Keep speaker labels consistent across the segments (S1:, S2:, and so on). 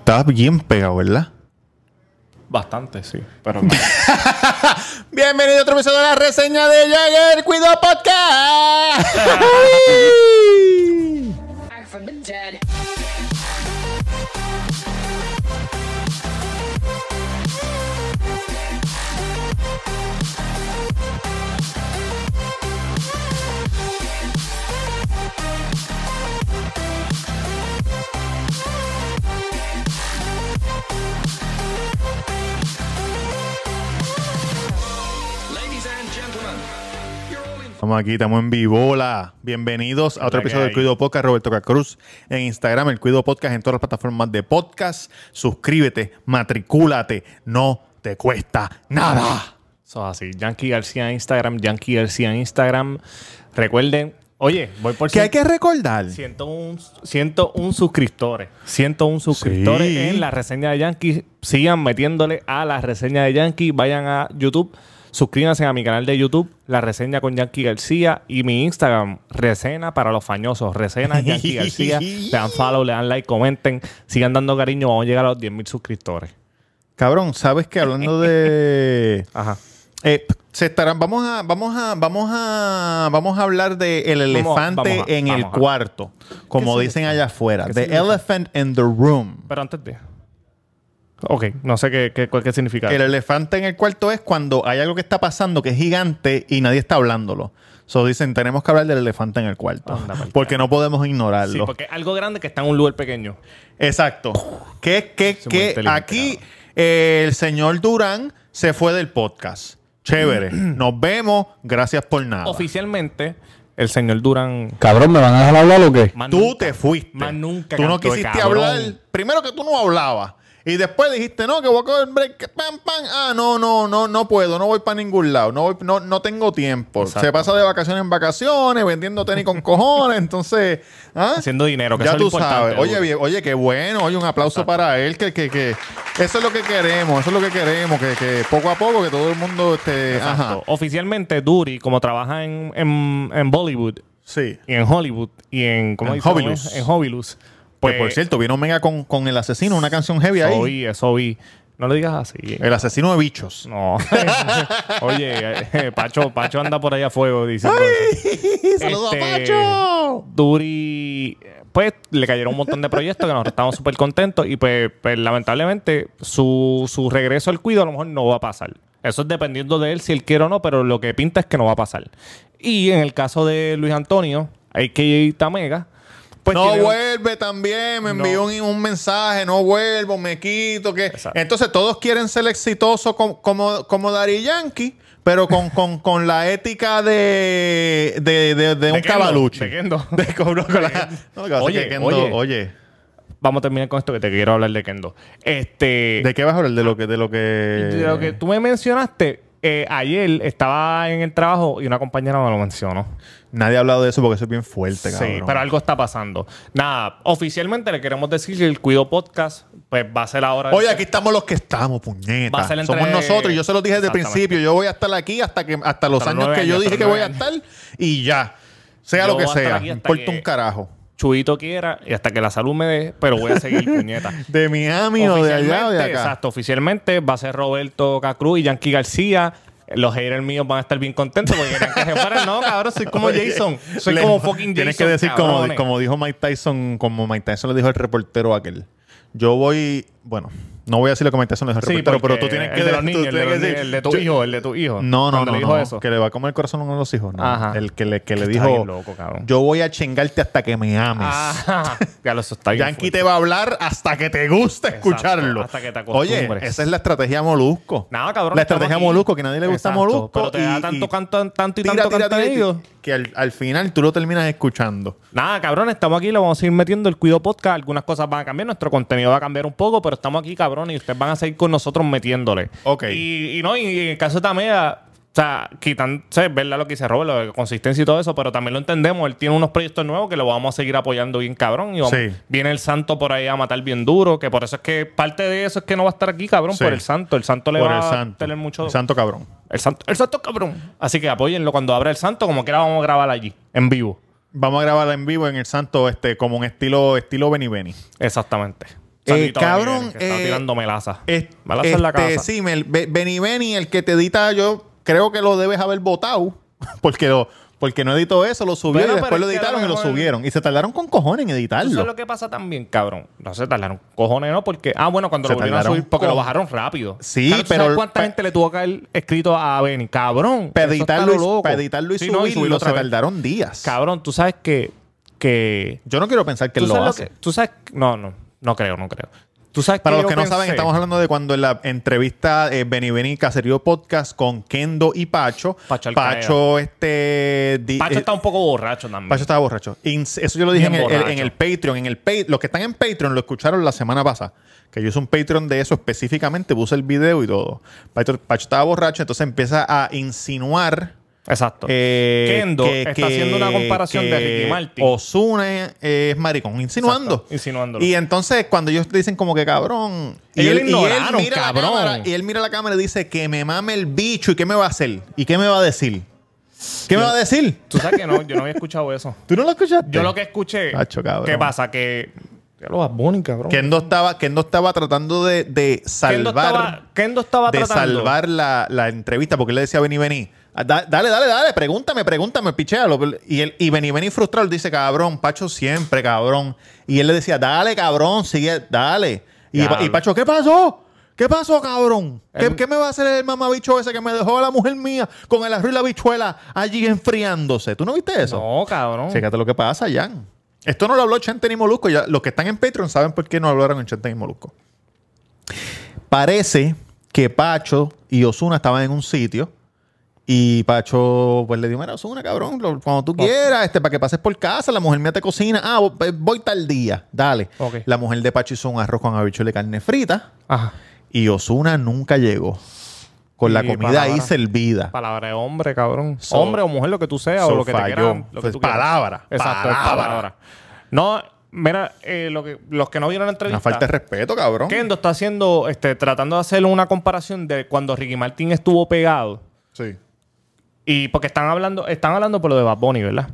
S1: estabas bien pegado, ¿verdad?
S2: Bastante, sí. Pero
S1: Bienvenido a otro episodio de la reseña de Jagger Cuido Podcast.
S3: back from the dead.
S1: Estamos aquí, estamos en Vivola. Bienvenidos a otro
S2: La que
S1: episodio del
S2: hay.
S1: Cuido Podcast. Roberto Cacruz en Instagram, el Cuido Podcast en todas las plataformas de podcast. Suscríbete, matricúlate, no te cuesta nada.
S2: Eso es así. Yankee García en Instagram, Yankee García en Instagram. Recuerden, oye, voy por
S1: Que hay
S2: cien-
S1: que recordar.
S2: 101, 101 suscriptores. 101 suscriptores
S1: Sí.
S2: en la reseña de Yankee. Sigan metiéndole a la reseña de Yankee. Vayan a YouTube. Suscríbanse a mi canal de YouTube, La Reseña con Yankee García. Y mi Instagram, Resena para los Fañosos. Resena Yankee García. Le dan follow, le dan like, comenten. Sigan dando cariño. Vamos a llegar a los 10.000 suscriptores.
S1: Cabrón, ¿sabes que Hablando de...
S2: Ajá.
S1: Eh, se estarán, vamos a, vamos a, vamos a, vamos a hablar de el elefante
S2: vamos a-
S1: en el
S2: vamos a-
S1: cuarto, como
S2: ¿Qué
S1: dicen allá afuera.
S2: ¿Qué
S1: The
S2: significa?
S1: elephant in the room.
S2: Pero antes de. Ok, no sé qué, qué, cuál- qué significa.
S1: El elefante en el cuarto es cuando hay algo que está pasando que es gigante y nadie está hablándolo. So dicen, tenemos que hablar del elefante en el cuarto.
S2: Anda pa'l
S1: porque no podemos
S2: sí,
S1: ignorarlo.
S2: porque es algo grande que está en un lugar pequeño.
S1: Ah, Exacto. Que, que,
S2: Soy muy
S1: que
S2: inteligente,
S1: aquí eh, el señor Durán se fue del podcast. Chévere. Nos vemos. Gracias por nada.
S2: Oficialmente, el señor Duran.
S4: Cabrón, ¿me van a dejar hablar o qué?
S2: Más
S1: Tú
S2: nunca-
S1: te fuiste.
S2: Más nunca.
S1: Tú no
S2: canto de
S1: quisiste
S2: cabrón.
S1: hablar. Primero que tú no hablabas. Y después dijiste, no, que voy a coger break. que Pam, pam. Ah, no, no, no, no puedo. No voy para ningún lado. No, voy- no, no tengo tiempo.
S2: Exacto.
S1: Se pasa de vacaciones en vacaciones, vendiendo tenis con cojones. Entonces, ¿ah?
S2: Haciendo dinero, que
S1: ya
S2: eso es lo
S1: tú
S2: importante,
S1: sabes. Oye,
S2: Duro.
S1: bien, oye, qué bueno. Oye, un aplauso para él. Que, que, que eso es lo que queremos. Eso es lo que queremos. Que, que poco a poco, que todo el mundo esté.
S2: Exacto.
S1: Ajá.
S2: Oficialmente, Duri, como trabaja en, en, en Bollywood
S1: Sí.
S2: y en Hollywood y en. ¿Cómo
S1: En
S2: dice? ¿Cómo
S1: Hobilus.
S2: es? En Hobilus.
S1: Pues,
S2: Eh,
S1: por cierto, vino Mega con, con El Asesino, una canción heavy
S2: Eso
S1: ahí.
S2: vi, eso vi. No le digas así.
S1: El Asesino de Bichos.
S2: No. Oye, eh, Pacho, Pacho anda por ahí a fuego diciendo eso.
S1: ¡Saludos a
S2: Este,
S1: Pacho!
S2: Duri, pues le cayeron un montón de proyectos que nosotros estamos súper contentos y pues, pues, lamentablemente su, su regreso al cuido a lo mejor no va a pasar. Eso es dependiendo de él si él quiere o no, pero lo que pinta es que no va a pasar. Y en el caso de Luis Antonio, a.k.a. Tamega, pues
S1: no
S2: tiene-
S1: vuelve también, me
S2: No.
S1: envió un, un mensaje, no vuelvo, me quito. que
S2: Exacto.
S1: Entonces todos quieren ser exitosos como, como, como Daddy Yankee, pero con, con, con la ética de, de, de, de un
S2: Kendo,
S1: cabaluche.
S2: de Kendo.
S1: De cobro con la- No, lo que pasa es
S2: Oye,
S1: que Kendo-
S2: oye.
S1: oye,
S2: vamos a terminar con esto que te quiero hablar de Kendo. Este,
S1: ¿de qué vas a hablar? De lo que... De lo que,
S2: De lo que tú me mencionaste, eh, ayer estaba en el trabajo y una compañera me lo mencionó.
S1: Nadie ha hablado de eso porque eso es bien fuerte, este cabrón.
S2: Sí, pero algo está pasando. Nada, oficialmente le queremos decir que el Cuido Podcast pues va a ser ahora.
S1: Oye, aquí estamos los que estamos, puñeta.
S2: Va a ser entre-
S1: Somos nosotros. Yo se los dije desde el
S2: Exactamente.
S1: principio. Yo voy a estar aquí hasta que hasta los
S2: Hasta los
S1: años
S2: nueve
S1: que yo
S2: años,
S1: dije
S2: hasta
S1: que
S2: los
S1: voy a
S2: nueve
S1: estar y ya. Sea
S2: Yo
S1: lo que
S2: voy a estar
S1: sea.
S2: aquí hasta
S1: Importa
S2: que-
S1: un carajo.
S2: Chuito quiera y hasta que la salud me dé, pero voy a seguir puñeta.
S1: De Miami o de allá o de
S2: Oficialmente,
S1: acá.
S2: Exacto, oficialmente va a ser Roberto Cacruz y Yankee García. Los haters míos van a estar bien contentos porque querían que se fueran. No, cabrón, soy como
S1: Oye,
S2: Jason. Soy
S1: le-
S2: como fucking Jason.
S1: Tienes que decir como,
S2: cabrones.
S1: como dijo Mike Tyson, como Mike Tyson le dijo el reportero aquel. Yo voy, bueno, no voy a decir lo que Mike Tyson le dijo al
S2: Sí,
S1: reportero, pero tú
S2: porque
S1: tienes
S2: el
S1: que
S2: de los
S1: tú
S2: niños, el de
S1: tienes
S2: los
S1: que
S2: niños, el de tu
S1: yo-
S2: hijo, el de tu hijo.
S1: No, no,
S2: Cuando
S1: no,
S2: le dijo
S1: no,
S2: eso.
S1: Que le va a comer el corazón a uno de los hijos. No.
S2: Ajá.
S1: El que le, que le
S2: Está
S1: dijo,
S2: bien loco, cabrón.
S1: yo voy a chingarte hasta que me ames.
S2: Ah, ya lo eso está bien
S1: Yankee
S2: fuerte.
S1: te va a hablar hasta que te gusta
S2: Exacto,
S1: escucharlo.
S2: hasta que te
S1: Oye,
S2: acostumbres.
S1: esa es la estrategia Molusco.
S2: Nada, cabrón.
S1: La estrategia
S2: estamos aquí.
S1: Molusco, que a nadie le gusta
S2: Exacto,
S1: Molusco.
S2: Pero te da
S1: y-
S2: tanto,
S1: y
S2: canto- tanto y
S1: tira,
S2: tanto
S1: tira, tira, y
S2: contenido.
S1: tira, que al, al final tú lo terminas escuchando.
S2: Nada, cabrón, estamos aquí, lo vamos a ir metiendo el Cuido Podcast. Algunas cosas van a cambiar, nuestro contenido va a cambiar un poco, pero estamos aquí, cabrón, y ustedes van a seguir con nosotros metiéndole.
S1: Ok.
S2: Y, y no, y en el caso de Tamea, o sea, quitan, o sea, es verdad lo que dice Robert, lo de consistencia y todo eso, pero también lo entendemos. Él tiene unos proyectos nuevos que lo vamos a seguir apoyando bien, cabrón. Y vamos-
S1: Sí.
S2: viene el santo por ahí a matar bien duro, que por eso es que parte de eso es que no va a estar aquí, cabrón,
S1: Sí.
S2: por el santo. El santo le
S1: Por
S2: va
S1: el
S2: a
S1: santo.
S2: tener mucho.
S1: El santo cabrón.
S2: El santo, el santo cabrón. Así que apóyenlo cuando abra el santo, como quiera vamos a grabar allí, en vivo.
S1: Vamos a grabar en vivo en el santo, este, como un estilo, estilo Benny Benny.
S2: Exactamente. Sandito Domínguez,
S1: cabrón,
S2: que está
S1: eh,
S2: tirando melaza.
S1: Es-
S2: melaza en la
S1: este,
S2: casa.
S1: Sí, me- Be- Benny Benny, el que te edita, yo creo que lo debes haber votado. Porque lo, porque no editó eso, lo subió
S2: Bueno,
S1: y
S2: pero
S1: después lo
S2: es que a lo
S1: editaron y lo
S2: mejor-
S1: subieron. Y se tardaron con cojones en
S2: Eso es
S1: editarlo.
S2: lo que pasa también, cabrón. No se tardaron cojones, ¿no? Porque, ah, bueno, cuando
S1: Se
S2: lo volvieron a
S1: tardaron
S2: subir, porque
S1: con-
S2: lo bajaron rápido.
S1: Sí,
S2: Claro, ¿tú
S1: pero-
S2: sabes cuánta
S1: pe-
S2: gente le tuvo que haber escrito a Benny? Cabrón.
S1: Para
S2: eso está
S1: editarlo,
S2: lo
S1: y,
S2: loco.
S1: para editarlo y
S2: Sí, no,
S1: subirlo,
S2: otra
S1: se
S2: vez.
S1: tardaron días.
S2: Cabrón, tú sabes que. que
S1: Yo no quiero pensar que
S2: tú
S1: él lo
S2: sabes lo
S1: hace.
S2: que- tú sabes. No, no. No creo, no creo. Tú sabes
S1: Para los
S2: yo
S1: que no saben,
S2: pensé?
S1: estamos hablando de cuando en la entrevista eh, Benny Benny Caserío Podcast con Kendo y Pacho.
S2: Pacho Alcaeda.
S1: Pacho, este. di-
S2: Pacho
S1: eh,
S2: está un poco borracho también.
S1: Pacho estaba borracho. Y eso yo lo dije en
S2: Bien
S1: el,
S2: borracho.
S1: en el Patreon. En el pa- los que están en Patreon lo escucharon la semana pasada. Que yo hice un Patreon de eso específicamente, puse el video y todo. Pacho, Pacho estaba borracho, entonces empieza a insinuar.
S2: Exacto.
S1: eh,
S2: Kendo está haciendo una comparación de Ricky Martin.
S1: Ozuna eh, es maricón, insinuando.
S2: Exacto, insinuándolo.
S1: Y entonces, cuando ellos dicen como que cabrón. Y
S2: Ellos
S1: él,
S2: lo
S1: y él
S2: ignoraron,
S1: mira la
S2: cabrón.
S1: cámara- y él mira la cámara y dice que me mame el bicho y qué me va a hacer. ¿Y qué me va a decir? ¿Qué me va a decir?
S2: Tú sabes que no, yo no había escuchado eso.
S1: ¿Tú no lo escuchaste?
S2: Yo lo que escuché.
S1: Pacho, cabrón.
S2: ¿Qué pasa? Que. Ya lo vas Bunny, cabrón.
S1: Kendo estaba, Kendo estaba tratando de, de
S2: Kendo
S1: salvar,
S2: estaba, Kendo estaba
S1: de
S2: tratando.
S1: salvar la, la entrevista, porque él le decía vení, vení. Ah, da- dale, dale, dale, pregúntame, pregúntame, pichéalo. Y él, y vení, vení frustrado, él dice, cabrón, Pacho siempre, cabrón. Y él le decía, dale, cabrón, sigue, dale. Y,
S2: Diablo.
S1: y Pacho, ¿qué pasó? ¿Qué pasó, cabrón? ¿Qué,
S2: Él-
S1: qué me va a hacer el mamabicho ese que me dejó a la mujer mía con el arroz y la bichuela allí enfriándose? ¿Tú no viste eso?
S2: No, cabrón.
S1: Fíjate lo que pasa, Jan. Esto no lo habló Chente ni Molusco. Ya, los que están en Patreon saben por qué no hablaron en Chente ni Molusco. Parece que Pacho y Osuna estaban en un sitio y Pacho pues le dijo, mira, Osuna, cabrón, lo- cuando tú quieras, este, para que pases por casa, la mujer mía te cocina. Ah, vo- pues, voy tal día, dale.
S2: Ok.
S1: La mujer de Pacho hizo un arroz con habichuela y carne frita
S2: Ajá.
S1: y Osuna nunca llegó. Con la
S2: Y
S1: comida ahí
S2: palabra.
S1: servida.
S2: Palabra de hombre, cabrón.
S1: So-
S2: hombre o mujer, lo que tú seas
S1: so
S2: o lo que
S1: falló.
S2: te quieras. lo que
S1: Pues
S2: tú quieras.
S1: palabra,
S2: Exacto, es
S1: palabra.
S2: palabra. No, mira, eh, lo que, los que no vieron la entrevista.
S1: Una falta de respeto, cabrón.
S2: Kendo está haciendo, este, tratando de hacer una comparación de cuando Ricky Martin estuvo pegado.
S1: Sí.
S2: Y porque están hablando, están hablando por lo de Bad Bunny, ¿verdad?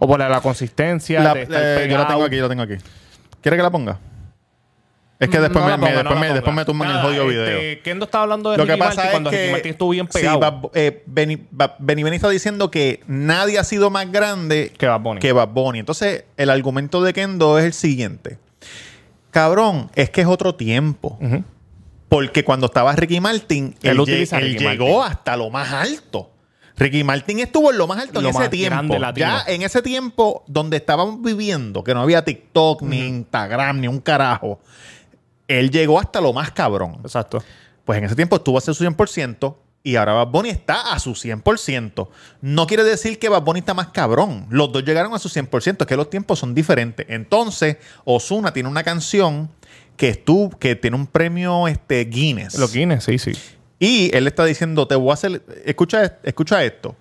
S2: O por la, la consistencia
S1: La-
S2: de estar
S1: eh, yo la
S2: pegado.
S1: tengo aquí, yo la tengo aquí. ¿Quieres que la ponga? Es que
S2: Mm,
S1: después,
S2: no
S1: me,
S2: la ponga,
S1: me-
S2: no
S1: después,
S2: la
S1: me,
S2: ponga.
S1: después me tumban
S2: Nada,
S1: el jodido
S2: este,
S1: video.
S2: Kendo está hablando de
S1: Lo que
S2: Ricky
S1: pasa
S2: Martin
S1: es
S2: cuando
S1: que
S2: Ricky Martin estuvo bien
S1: sí,
S2: pegado.
S1: Bad- eh, Benny, Bad- Benny Benny está diciendo que nadie ha sido más grande
S2: que Bad Bunny.
S1: que Bad Bunny. Entonces, el argumento de Kendo es el siguiente. Cabrón, es que es otro tiempo.
S2: Ujú.
S1: Porque cuando estaba Ricky Martin,
S2: Él
S1: él, lle-
S2: utiliza a
S1: él
S2: Ricky
S1: llegó hasta lo más alto. Ricky Martin estuvo en lo más alto
S2: Lo
S1: en ese
S2: más
S1: tiempo.
S2: grande latino.
S1: Ya en ese tiempo donde estábamos viviendo, que no había TikTok, ni Instagram, ni un carajo. Él llegó hasta lo más cabrón.
S2: Exacto.
S1: Pues en ese tiempo estuvo a su 100% y ahora Bad Bunny está a su 100%. No quiere decir que Bad Bunny está más cabrón. Los dos llegaron a su 100%, es que los tiempos son diferentes. Entonces, Osuna tiene una canción que, estuvo, que tiene un premio este, Guinness.
S2: Los Guinness, sí, sí.
S1: Y él está diciendo, te voy a hacer, escucha, escucha esto.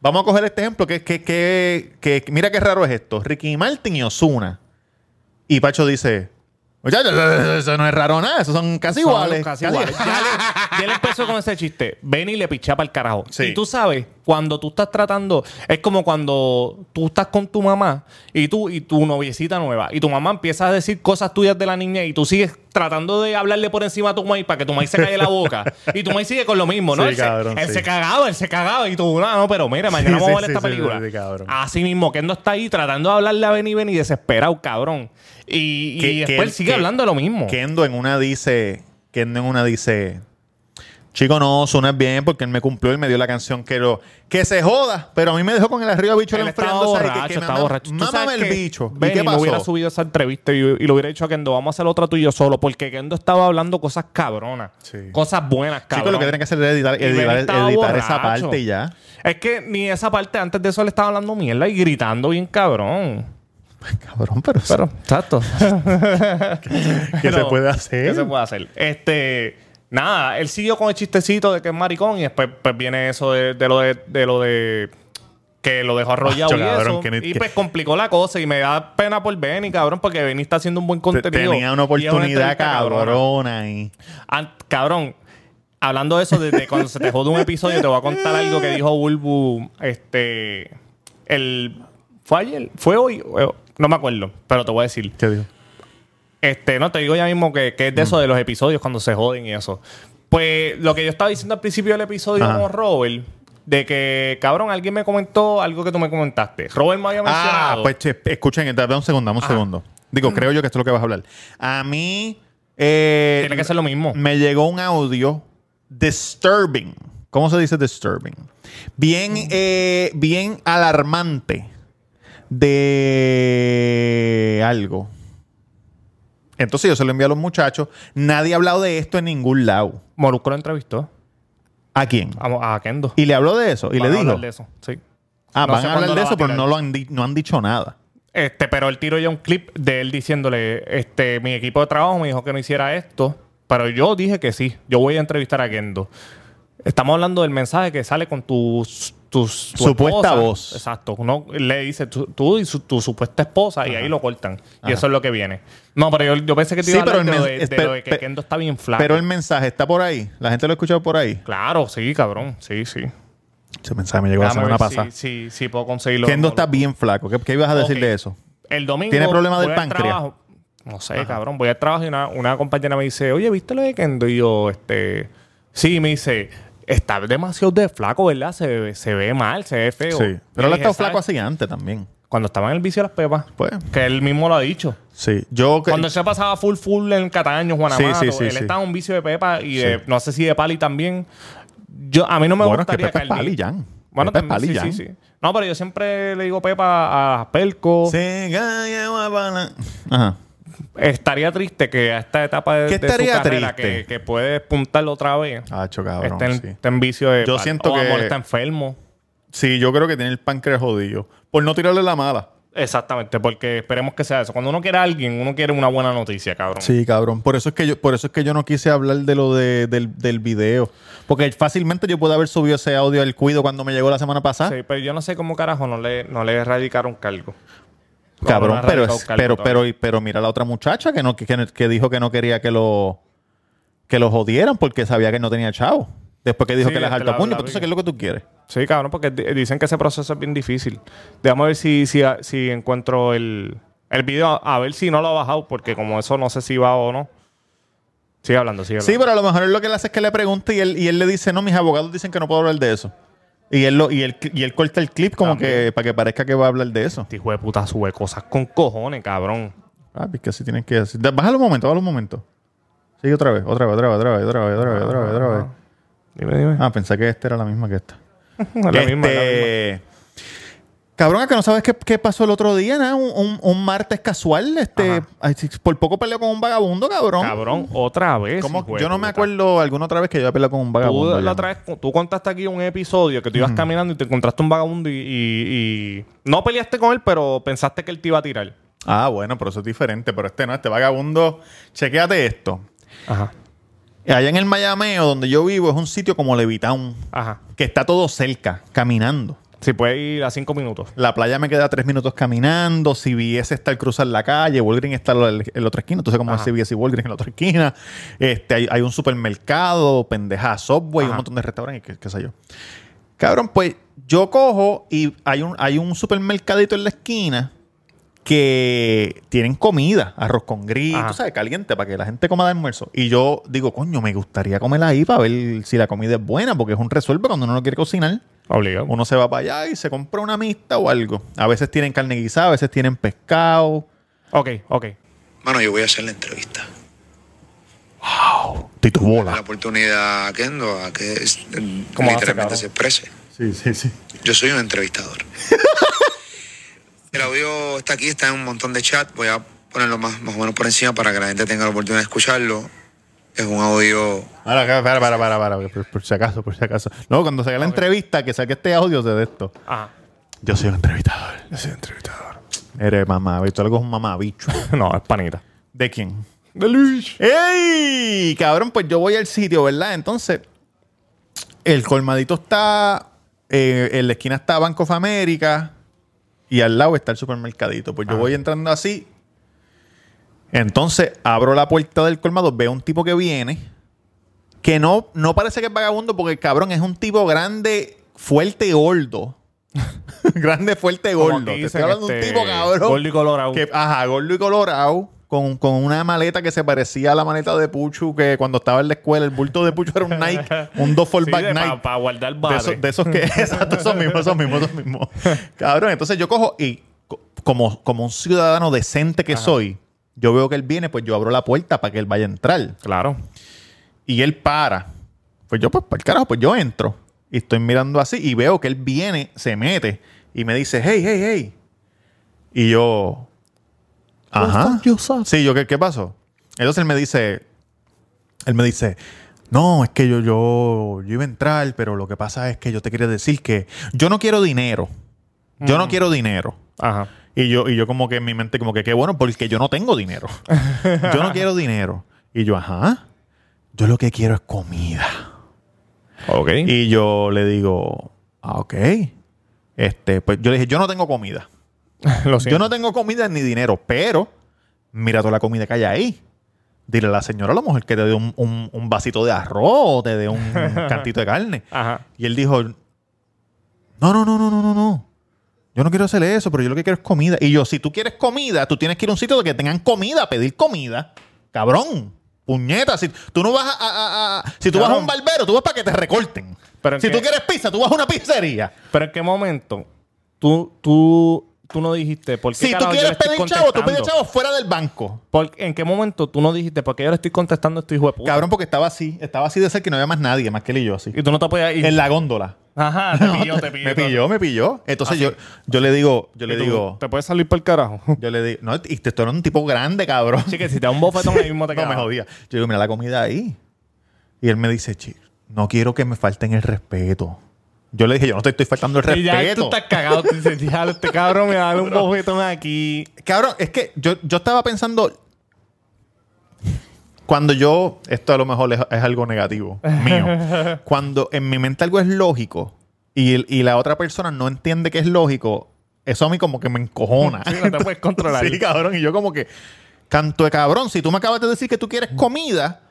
S1: Vamos a coger este ejemplo, que, que, que, que- mira qué raro es esto. Ricky Martin y Osuna. Y Pacho dice, muchachos, eso- eso no es raro nada, esos son casi
S2: Son
S1: iguales.
S2: Casi
S1: casi-
S2: iguales. Ya, le, ya le empezó con ese chiste. Ven y le pichaba el carajo.
S1: Sí.
S2: Y tú sabes, cuando tú estás tratando, es como cuando tú estás con tu mamá y tú y tu noviecita nueva. Y tu mamá empieza a decir cosas tuyas de la niña y tú sigues tratando de hablarle por encima a tu maíz para que tu maíz se calle la boca. y tu maíz sigue con lo mismo, ¿no?
S1: Sí,
S2: él
S1: cabrón,
S2: se, él
S1: sí.
S2: se cagaba, él se cagaba. Y tú, no, no, pero mira, mañana
S1: Sí,
S2: vamos a
S1: sí,
S2: ver esta
S1: sí, sí,
S2: película.
S1: sí, cabrón.
S2: Así mismo, que él no está ahí tratando de hablarle a Benny Benny desesperado, cabrón. Y, y
S1: Que- que
S2: después
S1: él-
S2: él sigue
S1: que-
S2: hablando de lo mismo.
S1: Kendo en una dice, Kendo en una dice, chico, no, suena bien porque él me cumplió y me dio la canción que lo, que se joda, pero a mí me dejó con el arriba bicho
S2: Él estaba borracho, estaba borracho. Tú sabes
S1: Mámame el
S2: que
S1: bicho. ¿Y
S2: Benny
S1: qué
S2: no hubiera
S1: pasó?
S2: subido esa entrevista y, y lo hubiera dicho a Kendo, vamos a hacer otra tú y yo solo, porque Kendo estaba hablando cosas cabronas,
S1: Sí.
S2: cosas buenas,
S1: Chico,
S2: cabrón.
S1: lo que tienen que hacer es editar,
S2: Y Benny
S1: editar-
S2: estaba
S1: editar esa
S2: borracho.
S1: parte y ya.
S2: Es que ni esa parte, antes de eso le estaba hablando mierda y gritando bien cabrón.
S1: Cabrón, pero,
S2: Pero, exacto.
S1: ¿qué se
S2: pero-
S1: puede hacer?
S2: ¿Qué se puede hacer? Este, nada, él siguió con el chistecito de que es maricón y después pues, viene eso de, de lo de, de lo de que lo dejó arrollado
S1: Macho,
S2: y
S1: cabrón,
S2: eso.
S1: que ni-
S2: y
S1: que-
S2: pues complicó la cosa y me da pena por Benny, cabrón, porque Benny está haciendo un buen
S1: Te-
S2: contenido.
S1: Tenía una
S2: y es
S1: oportunidad
S2: entrevista cabrona.
S1: cabrona ahí.
S2: An- cabrón, hablando de eso, desde cuando se te jode un episodio, te voy a contar algo que dijo Bulbu. Este. El. ¿Fue ayer? ¿Fue hoy? Eh, No me acuerdo, pero te voy a decir.
S1: ¿Qué dijo?
S2: Este, no, te digo ya mismo que, que es de
S1: Mm.
S2: eso de los episodios cuando se joden y eso. Pues lo que yo estaba diciendo al principio del episodio
S1: Ajá.
S2: con Robert, de que, cabrón, alguien me comentó algo que tú me comentaste. Robert me había
S1: Ah,
S2: mencionado.
S1: pues che, escuchen, dame un segundo, dame un segundo. Digo, creo yo que esto es lo que vas a hablar. A mí. eh,
S2: Tiene que ser lo mismo.
S1: Me llegó un audio disturbing. ¿Cómo se dice disturbing? Bien, eh, bien alarmante de algo. Entonces yo se lo envié a los muchachos. Nadie ha hablado de esto en ningún lado.
S2: Molusco lo entrevistó
S1: ¿A quién?
S2: a, a Kendo.
S1: Y le habló de eso y le
S2: Van a hablar
S1: dijo.
S2: de eso, sí.
S1: Ah,
S2: No
S1: van
S2: sé
S1: a hablar de
S2: cuándo la va
S1: eso,
S2: a
S1: pero
S2: tirar.
S1: no, lo han di- no han dicho nada.
S2: Este, pero él tiró ya un clip de él diciéndole, este, mi equipo de trabajo me dijo que no hiciera esto, pero yo dije que sí, yo voy a entrevistar a Kendo. Estamos hablando del mensaje que sale con tus, tus tu
S1: Supuesta
S2: esposa.
S1: voz.
S2: Exacto. Uno le dice tú, tú y su- tu supuesta esposa y ahí lo cortan. Y eso es lo que viene. No, pero yo, yo pensé que te
S1: Sí,
S2: iba a
S1: pero
S2: hablar de,
S1: el
S2: lo
S1: men-
S2: de- de
S1: espe-
S2: lo de que
S1: pe-
S2: Kendo está bien flaco.
S1: Pero el mensaje está por ahí. La gente lo ha escuchado por ahí.
S2: Claro, sí, cabrón. Sí, sí.
S1: Ese mensaje me llegó la
S2: Déjame
S1: semana
S2: ver
S1: pasada.
S2: si, si, si puedo conseguirlo.
S1: Kendo está bien flaco. ¿Qué, qué ibas a decir
S2: Ok.
S1: de eso?
S2: El domingo.
S1: ¿Tiene problemas
S2: voy
S1: del
S2: al
S1: páncreas?
S2: trabajo. No sé, cabrón. Voy al trabajo y una, una compañera me dice, oye, ¿viste lo de Kendo? Y yo, este. Sí, me dice, está demasiado de flaco, ¿verdad? Se, ve- se ve mal, se ve feo.
S1: Sí. Pero
S2: Y
S1: él ha
S2: dije,
S1: estado
S2: "¿Sabes?
S1: flaco así antes también.
S2: Cuando estaba en el vicio de las pepas.
S1: Pues,
S2: Que él mismo lo ha dicho.
S1: sí. Yo que-
S2: Cuando él se pasaba full full en Cataño, Juanamato,
S1: Sí, sí, sí,
S2: él
S1: sí.
S2: estaba en un vicio de pepa y de-
S1: Sí.
S2: no sé si de Pali también. Yo, a mí no me
S1: bueno, es que
S2: gustaría
S1: Pepe es
S2: él-
S1: pali, Jan.
S2: Bueno,
S1: Pepe es pali,
S2: también, sí,
S1: Jan.
S2: sí, sí. No, pero yo siempre le digo pepa a Pelco.
S1: Se gana una bala. Ajá.
S2: Estaría triste que a esta etapa de,
S1: ¿Qué
S2: de su
S1: estaría
S2: carrera
S1: triste?
S2: que, que puede despuntarlo otra vez
S1: Ah,
S2: esté
S1: cabrón,
S2: en,
S1: sí.
S2: esté en vicio de
S1: Yo
S2: pal-
S1: siento
S2: o a lo
S1: que-
S2: mejor está enfermo
S1: Sí, yo creo que tiene el páncreas jodido. Por no tirarle la mala.
S2: exactamente porque esperemos que sea eso cuando uno quiere a alguien uno quiere una buena noticia cabrón
S1: Sí, cabrón. Por eso es que yo, por eso es que yo no quise hablar de lo de- del, del video. Porque fácilmente yo pude haber subido ese audio al cuido cuando me llegó la semana pasada.
S2: Sí, pero yo no sé cómo carajo no le no le erradicaron cargo No, no
S1: Cabrón,
S2: le
S1: pero,
S2: erradicaron
S1: es-
S2: cargo
S1: pero,
S2: todavía.
S1: pero, pero mira la otra muchacha que, no, que, que dijo que no quería que lo, que lo jodieran porque sabía que no tenía chavo. Después que dijo
S2: Sí,
S1: que las
S2: este,
S1: hartó
S2: la-
S1: puño.
S2: la
S1: Pero entonces,
S2: vi.
S1: ¿qué es lo que tú quieres?
S2: sí cabrón porque di- dicen que ese proceso es bien difícil Déjame ver si si, si encuentro el el video a ver si no lo ha bajado porque como eso no sé si va o no sigue hablando sigue hablando
S1: Sí, pero a lo mejor él lo que le hace es que le pregunte y él, y él le dice, no, mis abogados dicen que no puedo hablar de eso. Y él, lo, y él, y él corta el clip como
S2: También.
S1: que para que parezca que va a hablar de eso.
S2: Este hijo de puta sube cosas con cojones, cabrón.
S1: Ah, pues que así tienen que decir. Da- Bájalo un momento, bájalo un momento. Sigue otra vez, otra vez, otra vez, otra vez, otra vez, otra vez, otra vez, otra vez.
S2: Dime, dime.
S1: Ah, pensé que esta era la misma que esta.
S2: Es la misma, es la misma.
S1: Este, Cabrón, ¿a que no sabes qué, qué pasó el otro día, nada? Un, un- un martes casual, este,
S2: Ajá.
S1: ay, sí, por poco peleó con un vagabundo, cabrón.
S2: Cabrón, otra vez.
S1: ¿Cómo?
S2: hijo de
S1: Yo no me
S2: puta.
S1: acuerdo alguna otra vez que yo había peleado con un
S2: Tú,
S1: vagabundo.
S2: la
S1: Jan.
S2: otra vez, tú contaste aquí un episodio que tú ibas caminando y te encontraste un vagabundo y, y- y no peleaste con él, pero pensaste que él te iba a tirar.
S1: Ah, bueno, pero eso es diferente. Pero este no, este vagabundo. Chequéate esto.
S2: Ajá.
S1: Allá en el Mayameo, donde yo vivo, es un sitio como Levitown,
S2: Ajá.
S1: que está todo cerca, caminando.
S2: Si puedes ir a cinco minutos.
S1: La playa me queda tres minutos caminando. CBS está al cruzar la calle. Walgreens está en la otra esquina. Entonces, como es
S2: Ajá.
S1: CBS y Walgreens en la otra esquina. Este, hay, hay un supermercado, pendeja, Subway,
S2: Ajá.
S1: un montón de restaurantes, qué, qué sé yo. Cabrón, pues yo cojo y hay un, hay un supermercadito en la esquina que tienen comida, arroz con gris,
S2: Ajá.
S1: tú sabes, caliente, para que la gente coma de almuerzo. Y yo digo, coño, me gustaría comer ahí para ver si la comida es buena, porque es un resuelve cuando uno no quiere cocinar.
S2: Obligado.
S1: Uno se va para allá y se compra una mixta o algo. A veces tienen carne guisada, a veces tienen pescado.
S2: Ok, ok.
S3: Mano, yo voy a hacer la entrevista.
S1: Tito
S3: La
S1: bola.
S3: oportunidad a Kendo a que es-
S2: ¿Cómo hace,
S3: literalmente
S2: cabrón?
S3: se exprese.
S1: Sí, sí, sí.
S3: Yo soy un entrevistador. El audio está aquí, está en un montón de chat. Voy a ponerlo más, más o menos por encima para que la gente tenga la oportunidad de escucharlo. Es un audio.
S1: Ahora, acá, para, para, para, para, por, por si acaso, por si acaso. No, cuando saque la entrevista, que saque este audio de esto.
S2: Ajá.
S1: Yo soy un entrevistador. Yo soy un entrevistador. Eres mamá, bicho. Algo es un mamá, bicho.
S2: no, es panita.
S1: ¿De quién? ¡Ey! Cabrón, pues yo voy al sitio, ¿verdad? Entonces, el colmadito está. eh, en la esquina está Banco of America y al lado está el supermercadito.
S2: Ah.
S1: Pues yo voy entrando así. Entonces, abro la puerta del colmado, veo un tipo que viene. Que no, no parece que es vagabundo porque el cabrón es un tipo grande, fuerte y gordo. grande, fuerte y
S2: Como
S1: gordo.
S2: aquí
S1: Te
S2: dicen,
S1: estoy hablando de
S2: este,
S1: un tipo, cabrón.
S2: gordo y colorado.
S1: Que, ajá, gordo y colorado. con, con una maleta que se parecía a la maleta de Puchu, que cuando estaba en la escuela, el bulto de Puchu era un Nike, un dos for back Nike.
S2: Para guardar
S1: De
S2: barre.
S1: esos, de esos que, exacto, esos mismos, esos mismos, esos mismos. Cabrón, entonces yo cojo y co- como, como un ciudadano decente que soy, yo veo que él viene, pues yo abro la puerta para que él vaya a entrar.
S2: Claro.
S1: Y él para. Pues yo, pues, para el carajo, pues yo entro. Y estoy mirando así y veo que él viene, se mete y me dice, hey, hey, hey. Y yo, ajá. Sí, yo, ¿qué, qué pasó? Entonces él me dice, él me dice, no, es que yo, yo, yo iba a entrar, pero lo que pasa es que yo te quería decir que yo no quiero dinero. Yo no quiero dinero.
S2: Ajá.
S1: Y yo, y yo como que en mi mente, como que qué bueno, porque yo no tengo dinero. yo no quiero dinero. Y yo, ajá. Yo lo que quiero es comida.
S2: Ok.
S1: Y yo le digo, ah, ok. Este, pues yo le dije, yo no tengo comida.
S2: Lo
S1: Yo
S2: siento.
S1: no tengo comida ni dinero, pero mira toda la comida que hay ahí. Dile a la señora a lo mejor que te dé un, un- un vasito de arroz o te dé un cantito de carne.
S2: Ajá.
S1: Y él dijo, no, no, no, no, no, no, no. Yo no quiero hacer eso, pero yo lo que quiero es comida. Y yo, si tú quieres comida, tú tienes que ir a un sitio que tengan comida, pedir comida. Cabrón, puñeta. Si tú no vas a... a- a- a- si tú vas a un
S2: Cabrón.
S1: barbero, tú vas para que te recorten.
S2: Pero en
S1: si
S2: qué-
S1: tú quieres pizza, tú vas a una pizzería.
S2: Pero en qué momento tú, tú, tú no dijiste por
S1: Si
S2: qué
S1: tú
S2: carajo yo le
S1: quieres
S2: estoy
S1: pedir chavo, tú
S2: contestando?
S1: pides chavo fuera del banco.
S2: ¿Por- ¿En qué momento tú no dijiste por qué yo le estoy contestando a este hijo de puta?
S1: Cabrón, porque estaba así. Estaba así de ser que no había más nadie, más que él y yo así.
S2: Y tú no te podías ir.
S1: En la góndola.
S2: Ajá, te pilló, te pilló.
S1: Me
S2: Ah,
S1: pilló, me pilló. Entonces yo, yo le digo, yo le
S2: Y tú,
S1: digo,
S2: Te puedes salir por el carajo.
S1: yo le digo, no, y te estoy un tipo grande, cabrón.
S2: Así que si te da un bofetón ahí mismo te
S1: no
S2: quedas.
S1: me jodía. Yo digo, mira la comida ahí. Y él me dice, "Chi, no quiero que me falten el respeto. Yo le dije, yo no te estoy faltando el
S2: Y ya tú
S1: respeto.
S2: estás cagado. Tú dices, "Diablo, este cabrón me va a dar un bofetón aquí.
S1: Cabrón, es que yo, yo estaba pensando. Cuando yo. Esto a lo mejor es, es algo negativo mío. cuando en mi mente algo es lógico y, el- y la otra persona no entiende que es lógico, eso a mí como que me encojona.
S2: Sí, no te puedes controlar.
S1: Sí, cabrón. Y yo como que. Canto de cabrón, si tú me acabas de decir que tú quieres comida,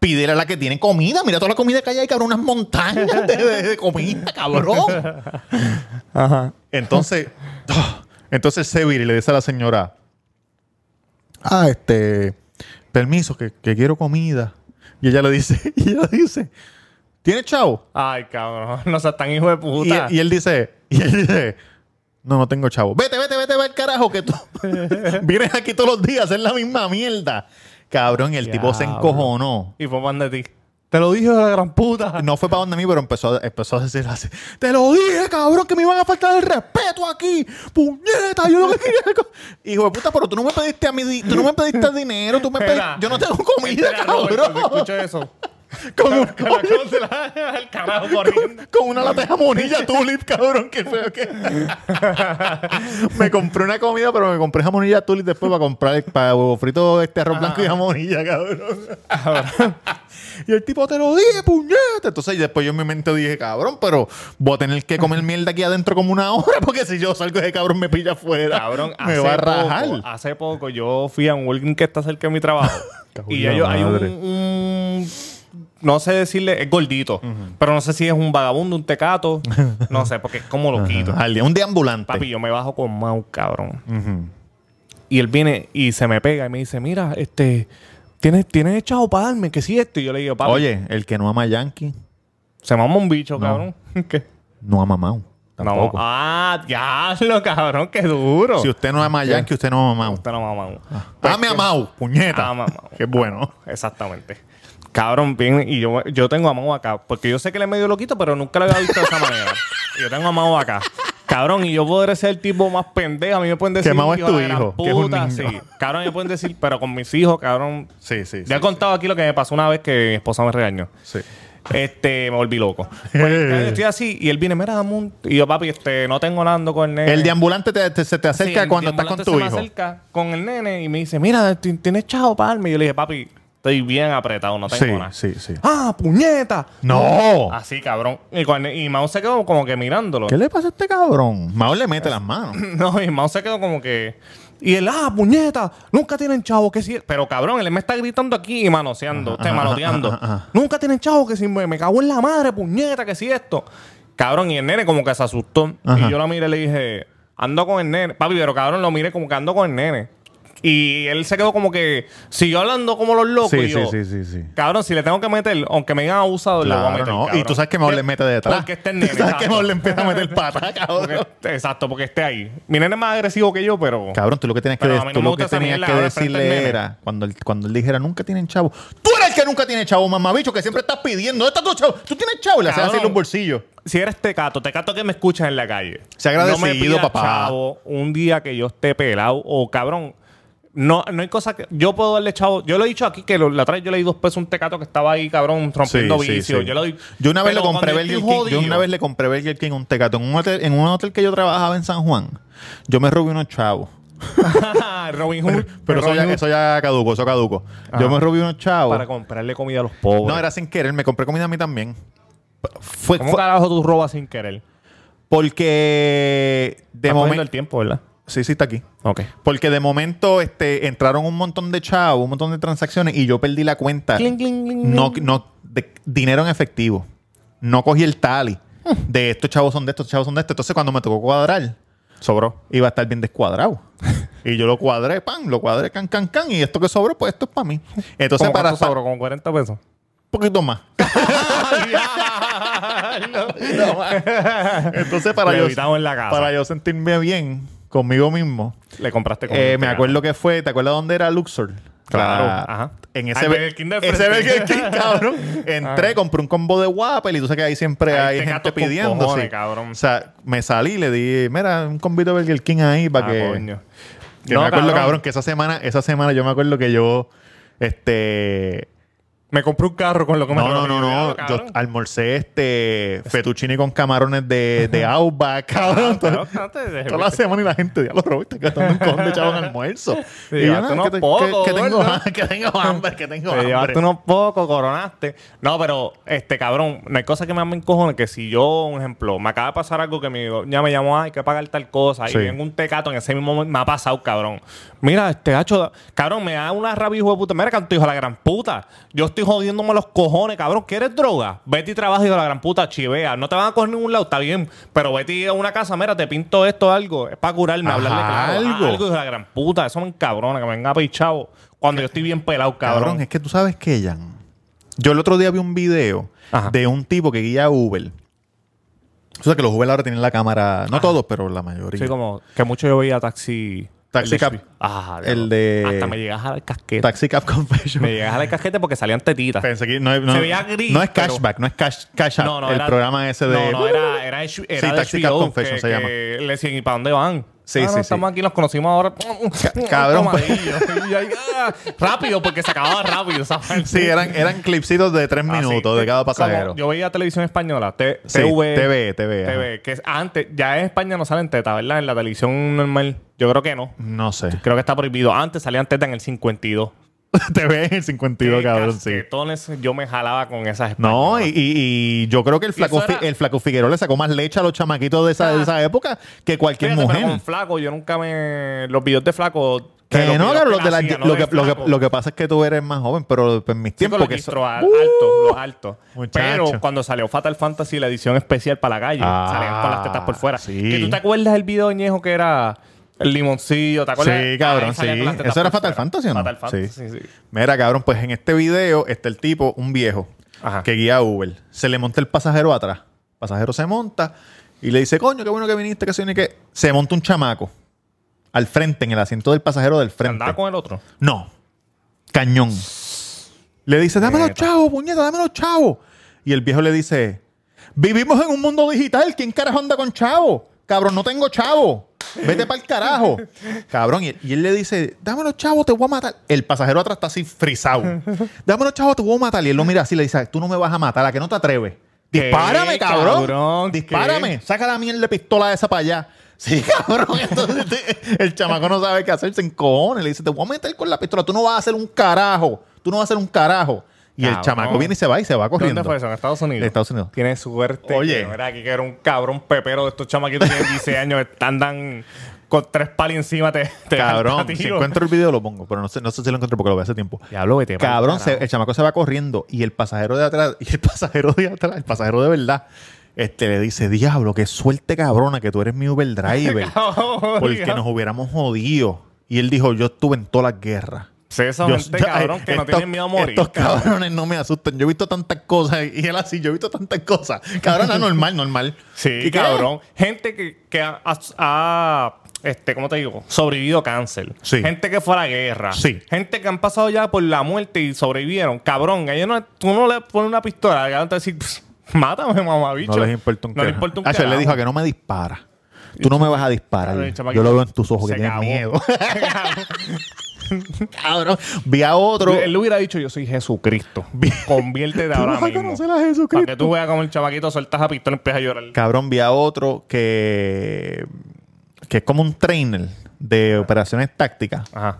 S1: pídele a la que tiene comida. Mira toda la comida que hay ahí, cabrón, unas montañas de, de- de comida, cabrón.
S2: Ajá.
S1: Entonces, entonces se vira y le dice a la señora, ah, este, permiso, que, que quiero comida. Y ella le dice, y ella dice, ¿tiene chavo?
S2: Ay, cabrón. No seas tan hijo de
S1: Y,
S2: puta.
S1: y él dice, y él dice, no, no tengo chavo. Vete, vete, vete, vete, carajo, que tú vienes aquí todos los días a hacer la misma mierda. Cabrón, y el tipo se
S2: Diablo.
S1: encojonó.
S2: Y fue pan de ti. Te lo dije la gran puta.
S1: No fue para donde mí, pero empezó a, empezó a decir así. Te lo dije, cabrón, que me iban a faltar el respeto aquí. Puñeta, yo lo que quería. era co- Hijo de puta, pero tú no me pediste a mí, di- tú no me pediste dinero, tú me pediste.
S2: Espera.
S1: Yo no tengo comida,
S2: Espera, Roberto, si
S1: cabrón.
S2: escucho eso.
S1: Con, un-
S2: Con la cosa, el carajo corriendo.
S1: con una lata de jamonilla tulip, cabrón, que feo que. me compré una comida, pero me compré jamonilla tulip después para comprar para huevo frito este arroz blanco y jamonilla, cabrón. Y el tipo te lo dije, puñeta. Entonces, y después yo en mi mente dije, cabrón, pero voy a tener que comer mierda aquí adentro como una hora, porque si yo salgo ese cabrón me pilla afuera.
S2: Cabrón, hace
S1: me va a rajar.
S2: Poco, ah. hace poco yo fui a un Walking que está cerca de mi trabajo.
S1: Cabrón,
S2: y ellos, hay un,
S1: madre.
S2: un- No sé decirle, es gordito. Pero no sé si es un vagabundo, un tecato. No sé, porque es como loquito.
S1: Al día, un día ambulante.
S2: Papi, yo me bajo con Mau, cabrón. Y él viene y se me pega y me dice: Mira, este. ¿Tienes, tienes echado para darme? ¿Qué si esto? Y yo le digo, papi,
S1: Oye, el que no ama Yankee,
S2: se mama un bicho, cabrón. ¿Qué?
S1: no ama Mau. Tampoco.
S2: No. Ah, diablo, cabrón, qué duro.
S1: Si usted no ama Yankee, usted no ama Mau.
S2: Usted no mama uno. Pues
S1: Ame a
S2: que-
S1: Mau, puñeta.
S2: Ama a Mau.
S1: Qué bueno.
S2: Exactamente. Cabrón, bien. Y yo, yo tengo a Mau acá. Porque yo sé que él es medio loquito, pero nunca lo había visto de esa manera. Y yo tengo a Mau acá. Cabrón, y yo podré ser el tipo más pendejo. A mí me pueden decir.
S1: Mau es
S2: de
S1: tu
S2: la gran
S1: hijo, que es un
S2: puta",
S1: niño.
S2: sí. Cabrón, me pueden decir, pero con mis hijos, cabrón.
S1: Sí, sí.
S2: ya he contado aquí lo que me pasó una vez que mi esposa me regañó.
S1: sí.
S2: Este, me volví loco. Pues, yo estoy así y él viene, mira, dame un... Y yo, papi, este, no tengo nada con el nene".
S1: El de ambulante te- te- se te
S2: Sí,
S1: acerca
S2: el
S1: cuando estás con
S2: ambulante
S1: tu
S2: se me
S1: hijo.
S2: acerca con el nene y me dice, mira, ti- tienes chavo para darme. Y yo le dije, papi, estoy bien apretado, no tengo
S1: Sí,
S2: nada.
S1: sí, sí.
S2: ¡Ah, puñeta!
S1: ¡No!
S2: Así, cabrón. Y, con el ne- y Mao se quedó como que mirándolo.
S1: ¿Qué le pasa a este cabrón? Mau le mete las manos.
S2: No, y Mao se quedó como que... Y él, ¡ah, puñeta! Nunca tienen chavo que si... Pero, cabrón, él me está gritando aquí y manoseando, te
S1: ajá,
S2: manoteando.
S1: ajá, ajá.
S2: Nunca tienen chavo que si me, me cago en la madre, puñeta, que si esto. Cabrón, y el nene como que se asustó.
S1: Ajá.
S2: Y yo la miré y le dije, ando con el nene. Papi, pero cabrón, lo miré como que ando con el nene. Y él se quedó como que siguió hablando como los locos.
S1: Sí,
S2: y yo,
S1: sí, sí, sí, sí.
S2: Cabrón, si le tengo que meter, aunque me digan abusado, le voy a
S1: Claro,
S2: meter.
S1: no.
S2: cabrón.
S1: Y tú sabes que Mable
S2: ¿Qué?
S1: mete de detrás.
S2: Porque este nene.
S1: Tú sabes que
S2: exacto.
S1: Mable empieza a meter pata, cabrón.
S2: Porque- este exacto, porque esté ahí. Mi nene es más agresivo que yo, pero.
S1: Cabrón, tú lo que tenías que,
S2: Pero a
S1: de-
S2: mí no
S1: tú
S2: me
S1: lo
S2: gusta
S1: que,
S2: esa
S1: tenías
S2: mierda
S1: que
S2: ahora frente al
S1: decirle
S2: nene.
S1: era, cuando él, cuando él dijera, nunca tienen chavo. Tú eres el que nunca tiene chavo, mamabicho, que siempre estás pidiendo. ¿Dónde están tus chavos? Tú tienes chavo. Y le haces
S2: Cabrón.
S1: así en los bolsillos.
S2: Si eres tecato, tecato que me escuchas en la calle.
S1: Sea agradecido,
S2: pidas,
S1: papá.
S2: Chavo, un día que yo esté pelado o cabrón. No, no hay cosa que. Yo puedo darle chavo. Yo lo he dicho aquí que lo- la otra vez yo le di dos pesos a un tecato que estaba ahí, cabrón, rompiendo
S1: Sí, sí,
S2: vicio.
S1: sí.
S2: Yo, le doy-
S1: Yo una vez
S2: Pero
S1: le compré
S2: cuando yo
S1: Burger King.
S2: estoy
S1: Yo
S2: jodido,
S1: una vez le compré Burger King un tecato. En un hotel, en un hotel que yo trabajaba en San Juan, yo me robé unos chavos.
S2: Robin Hood.
S1: Pero eso
S2: Robin
S1: ya,
S2: Hood
S1: eso ya caduco, eso caduco.
S2: Ajá.
S1: Yo me robé unos chavos.
S2: Para comprarle comida a los pobres.
S1: No, era sin querer, me compré comida a mí también. Fue,
S2: ¿Cómo
S1: fue-
S2: carajo tú robas sin querer?
S1: porque de
S2: Estás perdiendo el
S1: momento.
S2: tiempo, ¿verdad?
S1: Sí, sí, está aquí.
S2: Ok.
S1: Porque de momento este, entraron un montón de chavos, un montón de transacciones y yo perdí la cuenta.
S2: Cling, cling, cling, cling.
S1: No, no, de- dinero en efectivo. No cogí el tally.
S2: Hmm.
S1: De estos chavos son de estos, chavos son de estos. Entonces cuando me tocó cuadrar,
S2: Sobró.
S1: iba a estar bien descuadrado. y yo lo cuadré, pan, lo cuadré, can, can, can. Y esto que sobró, pues esto es para mí. Entonces
S2: ¿Cómo
S1: para
S2: cuánto sobró? ¿Como 40 pesos?
S1: un poquito más. No más. Entonces para yo,
S2: Levitado en la casa.
S1: para yo sentirme bien conmigo mismo,
S2: Le compraste comida.
S1: eh,
S2: al
S1: me
S2: tecato.
S1: acuerdo que fue, ¿te acuerdas dónde era Luxor?
S2: Claro,
S1: La-
S2: ajá.
S1: En
S2: Al
S1: ese
S2: Burger King del
S1: ese
S2: frente.
S1: Burger King, cabrón. Entré,
S2: Ajá.
S1: compré un combo de Whopper y tú sabes que ahí siempre hay
S2: Ahí te
S1: gente
S2: gatos con
S1: pidiendo.
S2: cojones,
S1: sí.
S2: cabrón.
S1: O sea, me salí y le di, mira, un combito de Burger King ahí para
S2: Ah,
S1: que.
S2: coño.
S1: que me acuerdo, cabrón. que esa semana, esa semana yo me acuerdo que yo, este.
S2: Me compré un carro con lo que me
S1: No, no,
S2: robé.
S1: no, no. Yo
S2: Cabrón.
S1: almorcé este fettuccine con camarones de, de Outback, cabrón.
S2: Claro,
S1: Todo-
S2: no te dejes.
S1: Toda la semana y la gente, diablo, Roberto, que gastando un cojón de chavo en almuerzo.
S2: Te
S1: Y
S2: llevaste
S1: nada,
S2: unos
S1: que, te-
S2: pocos,
S1: que- que tengo,
S2: gordo.
S1: hambre, que tengo hambre, que tengo
S2: Te llevaste
S1: hambre.
S2: unos pocos, coronaste. No, pero, este, cabrón, no hay cosa que más me encojone que si yo, un ejemplo, me acaba de pasar algo que mi ya me llamó, "Ah, hay que pagar tal cosa,
S1: Sí.
S2: y vengo un tecato en ese mismo momento, me ha pasado, cabrón. Mira, este gacho, cabrón, me da una rabia, hijo de puta. Mira, canto, hijo de la gran puta. Yo estoy jodiéndome los cojones, cabrón. ¿Quieres droga? Vete y trabaja, hijo de la gran puta, chivea. No te van a coger ningún lado, está bien, pero vete y a una casa, mira, te pinto esto, algo. Es para curarme,
S1: Ajá,
S2: hablarle claro.
S1: algo.
S2: Algo. hijo de la gran puta. Eso me encabrona, que me venga pechado. Cuando yo estoy bien pelado, cabrón.
S1: Cabrón, es que tú sabes que, Jan. Yo el otro día vi un video
S2: Ajá.
S1: de un tipo que guía Uber. O sea, que los Uber ahora tienen la cámara, no todos, pero la mayoría.
S2: Sí, como que mucho yo veía taxi.
S1: Taxi
S2: el
S1: Cab.
S2: de- Ah,
S1: El
S2: diablo.
S1: de-
S2: Hasta me llegas al casquete.
S1: Taxi Cab Confession.
S2: Me llegas al casquete porque salían tetitas.
S1: Pensé que no, no-
S2: Se veía gris,
S1: no es
S2: pero-
S1: cashback, no es cash, cash app, el
S2: era-
S1: programa ese de... Uh-huh.
S2: No, no, era, era, H- era
S1: Sí,
S2: de
S1: Taxi Cab
S2: HBO,
S1: Confession
S2: que-
S1: se llama.
S2: que Le decían, ¿y para dónde van?
S1: Sí,
S2: Ah, no,
S1: sí, sí.
S2: Estamos aquí, nos conocimos ahora.
S1: cabrón,
S2: Toma,
S1: pues.
S2: niño. Y ahí, ah, rápido, porque se acababa rápido, ¿sabes?
S1: Sí, eran, eran clipsitos de tres
S2: Ah, sí.
S1: minutos de cada
S2: Como
S1: pasajero.
S2: Yo veía televisión española, T-
S1: Sí,
S2: TV,
S1: TV, TV, ajá.
S2: TV, que es- antes, ya en España no salen tetas, ¿verdad? En la televisión normal, yo creo que no.
S1: No sé.
S2: Creo que está prohibido. Antes salían tetas en el 52.
S1: Te ve en el 52,
S2: Qué
S1: cabrón, sí.
S2: casquetones yo me jalaba con esas
S1: No,
S2: españolas.
S1: y, y- y yo creo que el flaco,
S2: eso era-
S1: Fi- el flaco Figueroa le sacó más leche a los chamaquitos de esa, de esa época que cualquier
S2: Fíjate, pero
S1: mujer.
S2: con flaco, yo nunca me... Los videos de flaco... de
S1: Que
S2: los
S1: no,
S2: videos
S1: claro,
S2: que
S1: los de
S2: la
S1: la-
S2: hacían, no
S1: lo,
S2: de
S1: que, lo, que,
S2: flaco.
S1: lo que pasa es que tú eres más joven, pero en mis
S2: Sí, con
S1: tiempos
S2: los
S1: que
S2: distros
S1: so-
S2: al-
S1: ¡Uh!
S2: altos, los altos.
S1: Muchacho.
S2: Pero cuando salió Fatal Fantasy, la edición especial para la calle,
S1: Ah,
S2: salían con las tetas por fuera.
S1: sí.
S2: ¿Que ¿Tú te acuerdas del video ñejo que era el limoncillo? ¿Te acuerdas?
S1: Sí, cabrón,
S2: Ahí salía
S1: sí.
S2: con las tetas
S1: Eso era
S2: por
S1: Fatal Fantasy, ¿o no?
S2: Fatal Fantasy,
S1: Sí.
S2: sí. sí.
S1: Mira, cabrón, pues en este video está el tipo, un viejo,
S2: Ajá.
S1: que guía a Uber. Se le monta el pasajero atrás. El pasajero se monta y le dice, coño, qué bueno que viniste, que soy ni que. Se monta un chamaco al frente, en el asiento del pasajero del frente.
S2: Andaba con el otro.
S1: No. Cañón. Le dice, dámelo,
S2: Neta.
S1: chavo, puñeta, dámelo, chavo. Y el viejo le dice, vivimos en un mundo digital. ¿Quién carajo anda con chavo? Cabrón, no tengo chavo. Vete para el carajo. Cabrón, y él, y él le dice, dámelo, chavo, te voy a matar. El pasajero atrás está así frisado. Dámelo, chavo, te voy a matar. Y él lo mira así, le dice, tú no me vas a matar, ¿a que no te atreves?
S2: ¿Qué,
S1: Dispárame, cabrón.
S2: cabrón?
S1: Dispárame. Saca la mierda de pistola esa para allá. Sí, cabrón. Entonces te- el chamaco no sabe qué hacer, se encojona. y Le dice, te voy a meter con la pistola. Tú no vas a hacer un carajo. Tú no vas a hacer un carajo. Y el
S2: Cabrón.
S1: chamaco viene y se va y se va corriendo.
S2: ¿Dónde fue eso? ¿En Estados Unidos?
S1: En Estados Unidos.
S2: Tiene suerte.
S1: Oye.
S2: que no Era aquí que era un cabrón pepero de estos chamaquitos que tienen 16 años. que Andan con tres palos encima. Te, te
S1: Cabrón,
S2: dan
S1: si
S2: tiro.
S1: encuentro el video lo pongo, pero no sé, no sé si lo encuentro porque lo vi hace tiempo.
S2: Diablo, vete pa'l
S1: Cabrón, se-
S2: carajo.
S1: el chamaco se va corriendo y el pasajero de atrás, y el pasajero de atrás, el pasajero de verdad, este le dice, diablo, qué suerte cabrona que tú eres mi Uber driver.
S2: Cabrón,
S1: porque
S2: Oh, diablo.
S1: nos hubiéramos jodido. Y él dijo, yo estuve en todas las guerras.
S2: Sí, esa
S1: Yo-
S2: gente,
S1: yo-
S2: cabrón, que no
S1: eh, estos-
S2: tienen miedo a morir.
S1: Estos
S2: cabrón.
S1: cabrones no me asustan. Yo he visto tantas cosas. Y él así, yo he visto tantas cosas. Cabrón, ah, normal, normal.
S2: Sí,
S1: ¿Qué
S2: cabrón. Gente que, que ha, ha- ha, este, ¿cómo te digo? Sobrevivido cáncer.
S1: Sí.
S2: Gente que fue a la guerra.
S1: Sí.
S2: Gente que han pasado ya por la muerte y sobrevivieron. Cabrón, ellos no, tú no le pones una pistola, al cabrón te decir, mátame, mamabicho.
S1: No les importa un
S2: No les
S1: carajo.
S2: importa un
S1: Ah, yo le
S2: carajo.
S1: dijo a que no me dispara. Tú no me vas a disparar.
S2: Cabrón, el
S1: Yo
S2: chamaquito
S1: lo veo en tus ojos que
S2: se
S1: tienes
S2: cagó.
S1: miedo. cabrón. Vi a otro.
S2: Él le hubiera dicho, yo soy Jesucristo. Conviértete
S1: Tú
S2: ahora
S1: vas a
S2: mismo.
S1: conocer a Jesucristo.
S2: Para que tú veas como el chamaquito sueltas a pistola y empieza a llorar.
S1: Cabrón, vi a otro que. que es como un trainer de operaciones tácticas.
S2: Ajá.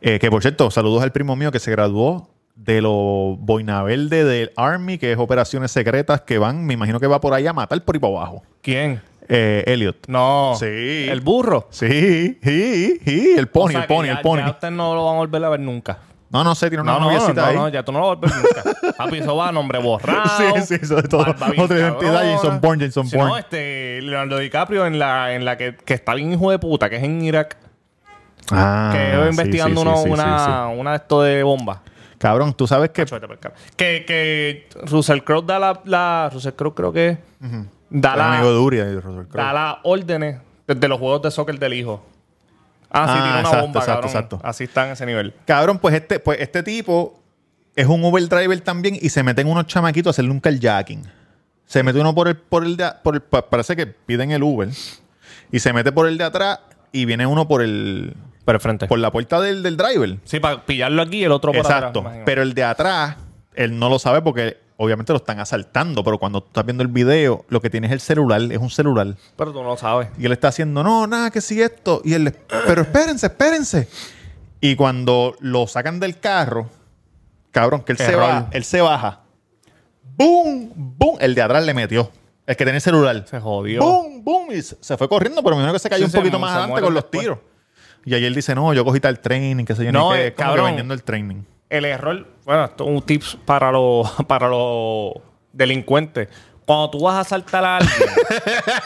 S1: Eh, que por cierto, saludos al primo mío que se graduó de los Boina Verde del Army, que es operaciones secretas que van, me imagino que va por ahí a matar por ahí para abajo.
S2: ¿Quién?
S1: Eh, Elliot.
S2: No.
S1: Sí.
S2: El burro.
S1: Sí, sí, sí, el pony,
S2: O sea,
S1: el pony,
S2: que ya-
S1: el pony.
S2: Ya usted no lo van a volver a ver nunca.
S1: No, no sé, tiene una
S2: No, no, no,
S1: noviecita ahí.
S2: no, ya tú no lo volvés nunca. Papi, eso va a nombre borrado.
S1: Sí, sí, eso es todo.
S2: barba bien
S1: Otra identidad,
S2: cabrona.
S1: Jason Bourne, Jason
S2: Sí,
S1: Bourne.
S2: No, este, Leonardo DiCaprio en la, en la que, que está bien hijo de puta, que es en Irak,
S1: Ah,
S2: que
S1: sí,
S2: iba investigando
S1: sí,
S2: uno-
S1: sí, sí,
S2: una,
S1: sí,
S2: una de esto de bomba.
S1: sí. Cabrón, tú sabes que.
S2: Suerte, por el carajo. Que, que Russell Crowe da la, la- Russell Crowe creo que es, da,
S1: El amigo de
S2: la,
S1: Uri, el Russell Crowe.
S2: da las órdenes desde los juegos de soccer del hijo. Ah, sí,
S1: Ah,
S2: tiene una
S1: exacto,
S2: bomba,
S1: exacto,
S2: cabrón.
S1: exacto.
S2: Así está en ese nivel.
S1: Cabrón, pues este, pues este tipo es un Uber driver también y se meten unos chamaquitos a hacerle un carjacking. Se mete uno por el, por el, de a- por el- pa- parece que piden el Uber y se mete por el de atrás y viene uno por el,
S2: Pero frente.
S1: por la puerta del, del driver.
S2: Sí, para pillarlo aquí y el otro por atrás,
S1: Exacto.
S2: imagino.
S1: pero el de atrás, él no lo sabe porque obviamente lo están asaltando, pero cuando tú estás viendo el video, lo que tiene es el celular, es un celular.
S2: Pero tú no lo sabes.
S1: Y él está haciendo, no, nada, que si esto. Y él, pero espérense, espérense. Y cuando lo sacan del carro, cabrón, que él se
S2: Error.
S1: baja, él se baja. ¡Bum! ¡Bum! El de atrás le metió. El que tenía el celular.
S2: Se jodió.
S1: ¡Bum! ¡Bum! Y se se fue corriendo, pero me imagino que se cayó
S2: Sí,
S1: un
S2: se
S1: poquito
S2: mu-
S1: más
S2: se
S1: adelante
S2: mueren
S1: con los
S2: después.
S1: tiros. Y ahí él dice, no, yo cogí tal training, que se yo,
S2: No,
S1: ni qué,
S2: eh,
S1: como que
S2: cabrón.
S1: vendiendo el training.
S2: El error, bueno, esto es un tips para los para los delincuentes. Cuando tú vas a asaltar a alguien,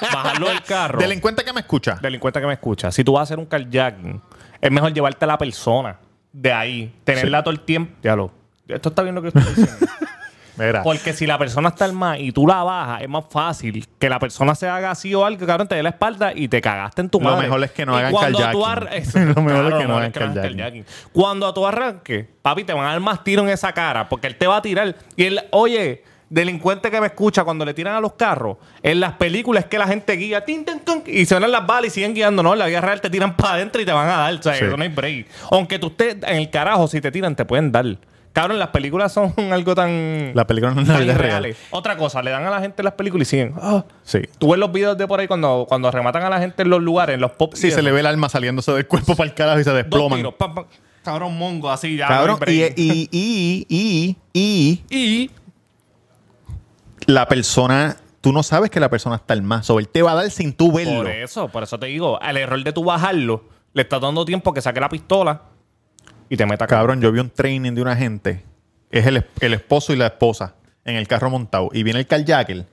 S2: bajarlo del carro.
S1: Delincuente que me escucha.
S2: delincuente que me escucha, si tú vas a hacer un carjacking, es mejor llevarte a la persona de ahí, tenerla todo el tiempo. Diablo. Esto está bien lo que estoy diciendo.
S1: Mira.
S2: Porque si la persona está armada y tú la bajas, es más fácil que la persona se haga así o algo, cabrón, te dé la espalda y te cagaste en tu
S1: Lo
S2: madre.
S1: mejor es que no
S2: Y
S1: hagan
S2: cuando tú
S1: carjacking.
S2: arra- Eso,
S1: Lo mejor es
S2: claro,
S1: que no
S2: lo mejor
S1: hagan carjacking.
S2: Cuando tú arranques, papi, te van a dar más tiro en esa cara porque él te va a tirar. Y él, oye, delincuente que me escucha, cuando le tiran a los carros, en las películas es que la gente guía tin, tin, tin, y se van las balas y siguen guiando. No, en la vida real te tiran para adentro y te van a dar. O sea,
S1: Sí.
S2: eso no hay break. Aunque tú estés en el carajo, si te tiran, te pueden dar. Cabrón, las películas son algo tan...
S1: La película no es la
S2: Tan
S1: vida real.
S2: irreales. Otra cosa, le dan a la gente las películas y siguen. Ah.
S1: Sí.
S2: Tú ves los videos de por ahí cuando, cuando rematan a la gente en los lugares, en los pop.
S1: Sí, se le ve el alma saliéndose del cuerpo para el carajo y se
S2: dos
S1: desploman.
S2: tiros, pam, pam. Cabrón mongo, así ya.
S1: Cabrón,
S2: Ah, no hay
S1: y,
S2: break.
S1: y, y, y, y,
S2: Y-
S1: la persona, tú no sabes que la persona está armada. So, él te va a dar sin tú verlo.
S2: por eso, por eso te digo, al error de tú bajarlo, le estás dando tiempo que saque la pistola y te meta
S1: Cabrón, yo vi un training de una gente. Es el, esp- el esposo y la esposa en el carro montado. Y viene el carjacker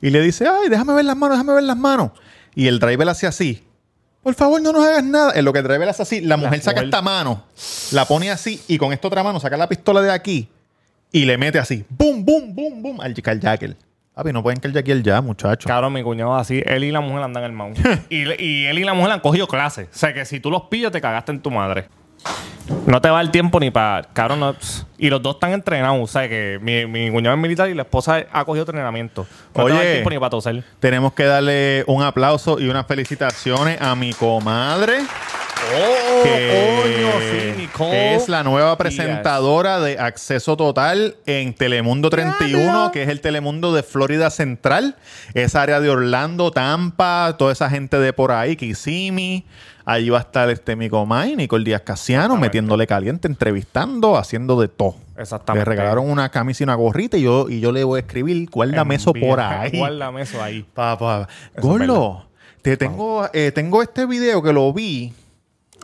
S1: y le dice, ay, déjame ver las manos, déjame ver las manos. Y el driver hace así. Por favor, no nos hagas nada. En lo que el driver hace así, la mujer saca
S2: mujer.
S1: esta mano, la pone así y con esta otra mano saca la pistola de aquí y le mete así. Boom, boom, boom, boom al carjacker. Papi, no pueden carjackear ya, muchachos.
S2: Cabrón, mi cuñado así, él y la mujer andan en el mount. y, y él y la mujer han cogido clases. O sea que si tú los pillas, te cagaste en tu madre. No te va el tiempo ni para. Cabrón, no- pss. y los dos están entrenados. O sea que mi, mi cuñado es militar y la esposa ha cogido entrenamiento. No te va
S1: Oye.
S2: el tiempo ni para toser.
S1: Tenemos que darle un aplauso y unas felicitaciones a mi comadre.
S2: ¡Oh!
S1: que es la nueva presentadora de Acceso Total en Telemundo 31, que es el Telemundo de Florida Central, esa área de Orlando, Tampa, toda esa gente de por ahí, Kissimmee. Ahí va a estar este mi comay, Nicole Díaz Casiano, metiéndole caliente, entrevistando, haciendo de todo.
S2: Exactamente.
S1: Le regalaron una camisa y una gorrita y yo, y yo le voy a escribir, guárdame eso por ahí.
S2: Guárdame eso ahí.
S1: Pa, pa.
S2: es
S1: Gorlo, te tengo, eh, tengo este video que lo vi.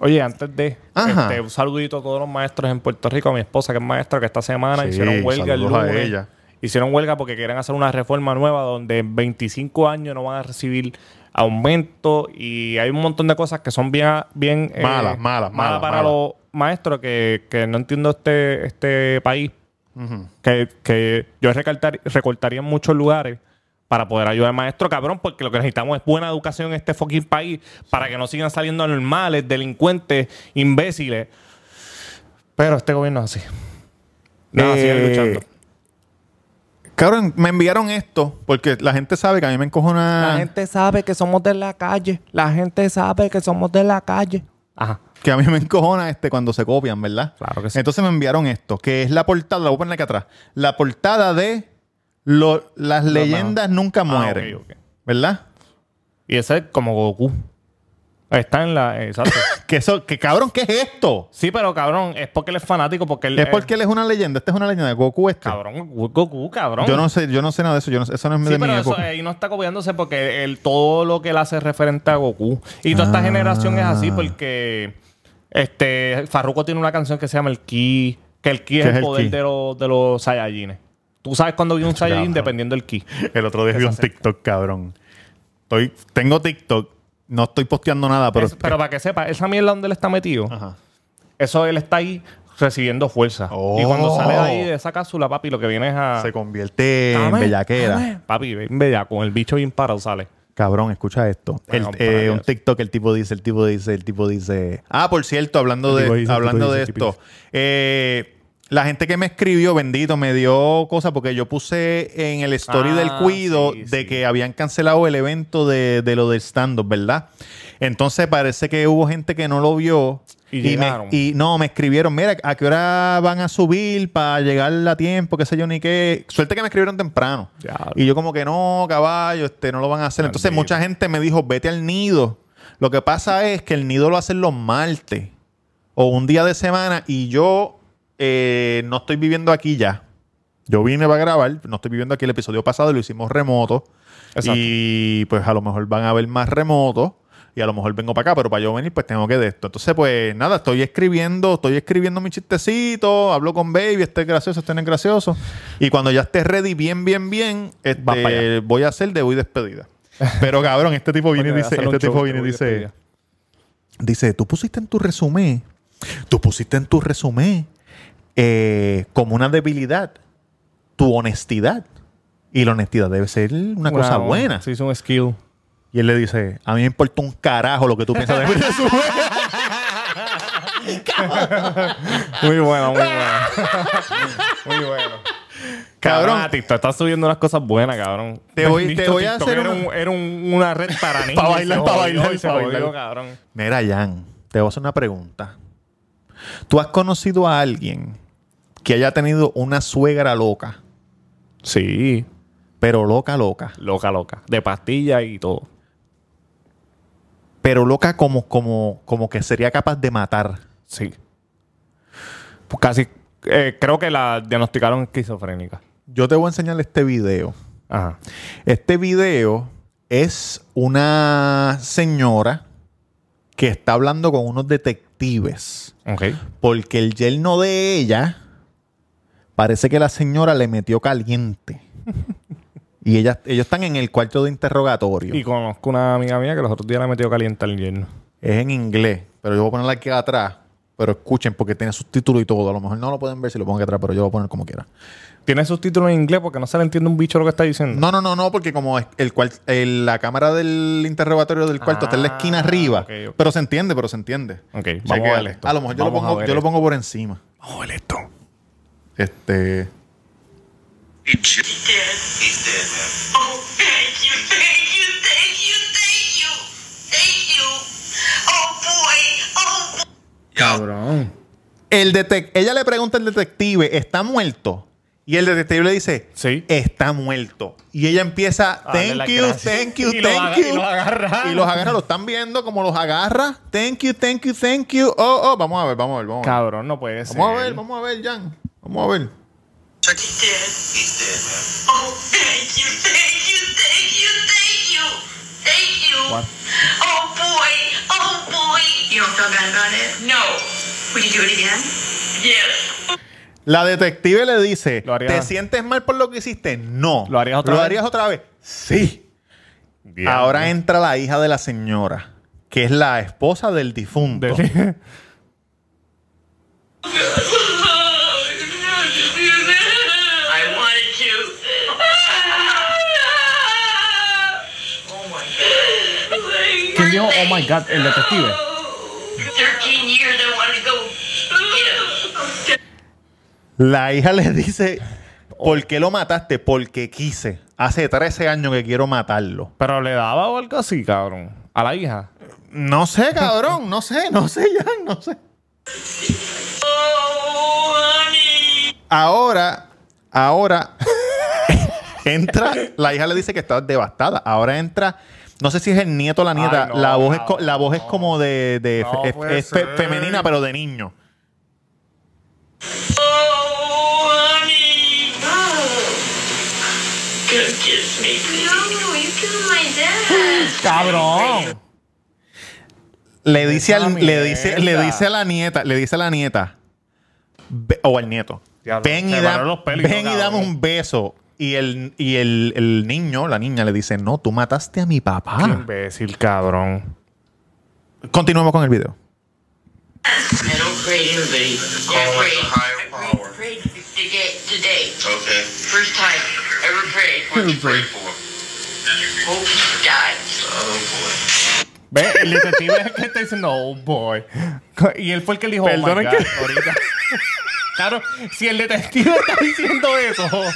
S2: Oye, antes de.
S1: Ajá.
S2: este, un saludito a todos los maestros en Puerto Rico, a mi esposa que es maestra, que esta semana
S1: Sí,
S2: hicieron huelga el
S1: saludos a
S2: lunes.
S1: ella.
S2: Hicieron huelga porque querían hacer una reforma nueva donde en 25 años no van a recibir aumento y hay un montón de cosas que son bien... bien eh,
S1: Malas, malas, malas,
S2: para
S1: malas.
S2: los maestros que, que no entiendo este, este país. que, que yo recortar- recortaría en muchos lugares para poder ayudar al maestro, cabrón, porque lo que necesitamos es buena educación en este fucking país para que no sigan saliendo anormales, delincuentes, imbéciles. Pero este gobierno es así. Nada,
S1: Eh,
S2: siguen luchando.
S1: Cabrón, me enviaron esto porque la gente sabe que a mí me encojona.
S2: La gente sabe que somos de la calle. La gente sabe que somos de la calle. Ajá.
S1: Que a mí me encojona este cuando se copian, ¿verdad?
S2: Claro que sí.
S1: Entonces me enviaron esto, que es la portada, la voy a poner acá atrás. La portada de lo- Las leyendas nunca mueren.
S2: ok, ok.
S1: ¿Verdad?
S2: Y ese es como Goku. Está en la. Exacto.
S1: Que eso, que cabrón, ¿qué es esto?
S2: sí, pero cabrón, es porque él es fanático, porque él
S1: Es porque él es una leyenda, esta es una leyenda de Goku este.
S2: Cabrón, Goku, cabrón.
S1: Yo no sé, yo no sé nada de eso, yo no sé- eso no es
S2: Sí,
S1: de mi
S2: pero eso,
S1: época.
S2: ahí no está copiándose porque él- todo lo que él hace es referente a Goku. Y toda
S1: Ah.
S2: esta generación es así porque este Farruko tiene una canción que se llama El Ki, que el Ki es
S1: ¿Qué
S2: el
S1: es el
S2: poder
S1: ki?
S2: de, los de los Saiyajines. Tú sabes cuando vi un Saiyajin dependiendo del Ki.
S1: El otro día vi un TikTok, cabrón. Estoy, tengo TikTok, no estoy posteando nada, pero.
S2: Es- pero para que sepa, esa mierda donde él está metido,
S1: Ajá.
S2: eso él está ahí recibiendo fuerza.
S1: Oh.
S2: Y cuando sale de ahí de esa cápsula, papi, lo que viene es a...
S1: Se convierte en
S2: ah. Dame,
S1: bellaquera.
S2: dame. Papi, ven bella, con el bicho bien parado sale.
S1: Cabrón, escucha esto.
S2: Bueno,
S1: El- eh,
S2: para
S1: un
S2: Dios.
S1: TikTok, el tipo dice, el tipo dice, el tipo dice. Ah, por cierto, hablando
S2: El
S1: de,
S2: tipo dice, el
S1: hablando
S2: tipo
S1: de
S2: dice, el tipo
S1: esto. eh, la gente que me escribió, bendito, me dio cosas porque yo puse en el story
S2: Ah,
S1: del cuido
S2: sí,
S1: de
S2: sí.
S1: que habían cancelado el evento de, de lo del stand-up, ¿verdad? Entonces parece que hubo gente que no lo vio.
S2: Y
S1: me-
S2: llegaron.
S1: y no, me escribieron, mira, ¿a qué hora van a subir para llegar a tiempo? ¿Qué sé yo ni qué? Suerte que me escribieron temprano.
S2: Diablo.
S1: Y yo como que no, caballo, este, no lo van a hacer. Entonces
S2: Maldito.
S1: mucha gente me dijo, vete al nido. Lo que pasa es que el nido lo hacen los martes o un día de semana y yo eh, no estoy viviendo aquí ya. Yo vine para grabar, no estoy viviendo aquí. El episodio pasado lo hicimos remoto.
S2: Exacto.
S1: Y pues a lo mejor van a ver más remoto. Y a lo mejor vengo para acá, pero para yo venir, pues tengo que de esto. Entonces, pues nada, estoy escribiendo, estoy escribiendo mi chistecito, hablo con Baby, este es gracioso, este no es gracioso. Y cuando ya esté ready, bien, bien, bien, este,
S2: Vas para allá.
S1: voy a hacer de hoy despedida. Pero cabrón, este tipo viene y
S2: Porque
S1: dice,
S2: hacer un
S1: este tipo
S2: show
S1: viene y
S2: de
S1: dice.
S2: despedida.
S1: Dice, tú pusiste en tu resumen, tú pusiste en tu resumen eh, como una debilidad tu honestidad. Y la honestidad debe ser una cosa
S2: Wow,
S1: buena.
S2: Sí, es un skill.
S1: Y él le dice, a mí me importa un carajo lo que tú piensas de mi resumen.
S2: Muy bueno, muy bueno. muy bueno.
S1: Cabrón.
S2: Cabrón, TikTok está subiendo unas cosas buenas, cabrón.
S1: Te voy-
S2: Bendito
S1: te voy a
S2: TikTok,
S1: hacer
S2: era,
S1: una-
S2: un- era un- una red para niños.
S1: Pa' bailar,
S2: Se
S1: pa'
S2: jodió,
S1: bailar,
S2: y se
S1: pa'
S2: jodió,
S1: bailar.
S2: cabrón.
S1: Mira, Jan, te voy a hacer una pregunta. ¿Tú has conocido a alguien que haya tenido una suegra loca,
S2: Sí,
S1: pero loca, loca?
S2: loca, loca. De pastilla y todo.
S1: Pero loca como, como, como que sería capaz de matar.
S2: Sí. Pues casi, eh, creo que la diagnosticaron esquizofrénica.
S1: Yo te voy a enseñar este video.
S2: Ajá.
S1: Este video es una señora que está hablando con unos detectives.
S2: Ok.
S1: Porque el yerno de ella parece que la señora le metió caliente. y ella, ellos están en el cuarto de interrogatorio.
S2: Y conozco una amiga mía que los otros días la metió caliente al yerno.
S1: Es en inglés, pero yo voy a ponerla aquí atrás. Pero escuchen, porque tiene subtítulos y todo. A lo mejor no lo pueden ver si lo pongo aquí atrás, pero yo lo voy a poner como quiera.
S2: Tiene subtítulos en inglés porque no se le entiende un bicho lo que está diciendo.
S1: No, no, no, no, porque como es- el cual, el- la cámara del interrogatorio del cuarto está en la esquina
S2: Ah,
S1: arriba.
S2: ok, ok.
S1: Pero se entiende, pero se entiende.
S2: Ok,
S1: Chequéate.
S2: vamos a ver esto.
S1: A lo mejor yo lo,
S2: Vamos a
S1: pongo,
S2: ver
S1: yo lo
S2: esto.
S1: pongo por encima.
S2: Oh, listo.
S1: Este.
S4: He's dead. He's dead, man. Oh, thank you, thank you, thank you, thank you, thank you. Oh boy, oh boy.
S2: Cabrón.
S1: El detec- ella le pregunta al detective, ¿está muerto? Y el detective le dice,
S2: Sí.
S1: está muerto. Y ella empieza,
S2: A darle
S1: thank
S2: las
S1: you,
S2: gracias.
S1: thank you,
S2: Y los
S1: thank
S2: aga-
S1: you.
S2: y los agarra.
S1: Y los agarra, lo están viendo como los agarra. Thank you, thank you, thank you. Oh, oh, vamos a ver, vamos a ver, vamos a ver.
S2: Cabrón, no puede ser.
S1: Vamos a ver, vamos a ver, Jan. Vamos a ver.
S4: He's dead. He's dead, man. Oh, thank you, thank you, thank you, thank you, thank you.
S2: What?
S4: Oh boy, oh boy. You don't feel bad about it? No. Would you do it again? Yes.
S1: La detective le dice,
S2: Lo haría-
S1: ¿te sientes mal por lo que hiciste? No.
S2: ¿Lo harías otra vez?
S1: otra vez? Sí. Ahora entra la hija de la señora, que es la esposa del difunto.
S2: De-
S4: I wanted to. Oh my god.
S2: ¿Quién dijo, oh my god, el detective?
S4: 13 years I wanted to go get him.
S1: La hija le dice, ¿por qué lo mataste? Porque quise. Hace 13 años que quiero matarlo.
S2: Pero le daba o algo así, cabrón. A la hija.
S1: No sé, cabrón, no sé, no sé, Jan, no sé.
S4: Oh, honey.
S1: Ahora, ahora entra, la hija le dice que está devastada. Ahora entra, no sé si es el nieto o la nieta,
S2: Ay, no,
S1: la, voz es, co-
S2: cabrón,
S1: la voz es como de, de-
S2: No
S1: es-
S2: puede
S1: es fe-
S2: ser.
S1: femenina, pero de niño.
S4: Oh, honey. Come kiss me.
S5: No, you killed my dad.
S2: ¡Cabrón!
S1: Le dice,
S2: Esa
S1: al- le, dice, le
S2: mierda.
S1: dice a la nieta, le dice a la nieta, ve- o al nieto,
S2: Diablo,
S1: ven, y,
S2: se
S1: da-
S2: pararon los pelos,
S1: ven y
S2: cabrón.
S1: dame un beso. Y, el, y el, el niño, la niña, le dice, no, tú mataste a mi
S2: Qué
S1: papá.
S2: imbécil, cabrón.
S1: Continuemos con el video.
S6: I don't pray to anybody.
S4: Oh,
S6: I
S4: my
S6: pray.
S4: God.
S3: Higher
S6: I
S3: power.
S6: prayed today, today,
S4: Okay.
S6: first time ever prayed.
S4: What you pray for?
S6: Hope he dies.
S4: Oh,
S2: Ve, el detective es el que está diciendo, oh boy. Y él fue el que le dijo, oh my
S1: Perdonen
S2: God,
S1: que-
S2: ahorita. Claro, si el detective está diciendo eso.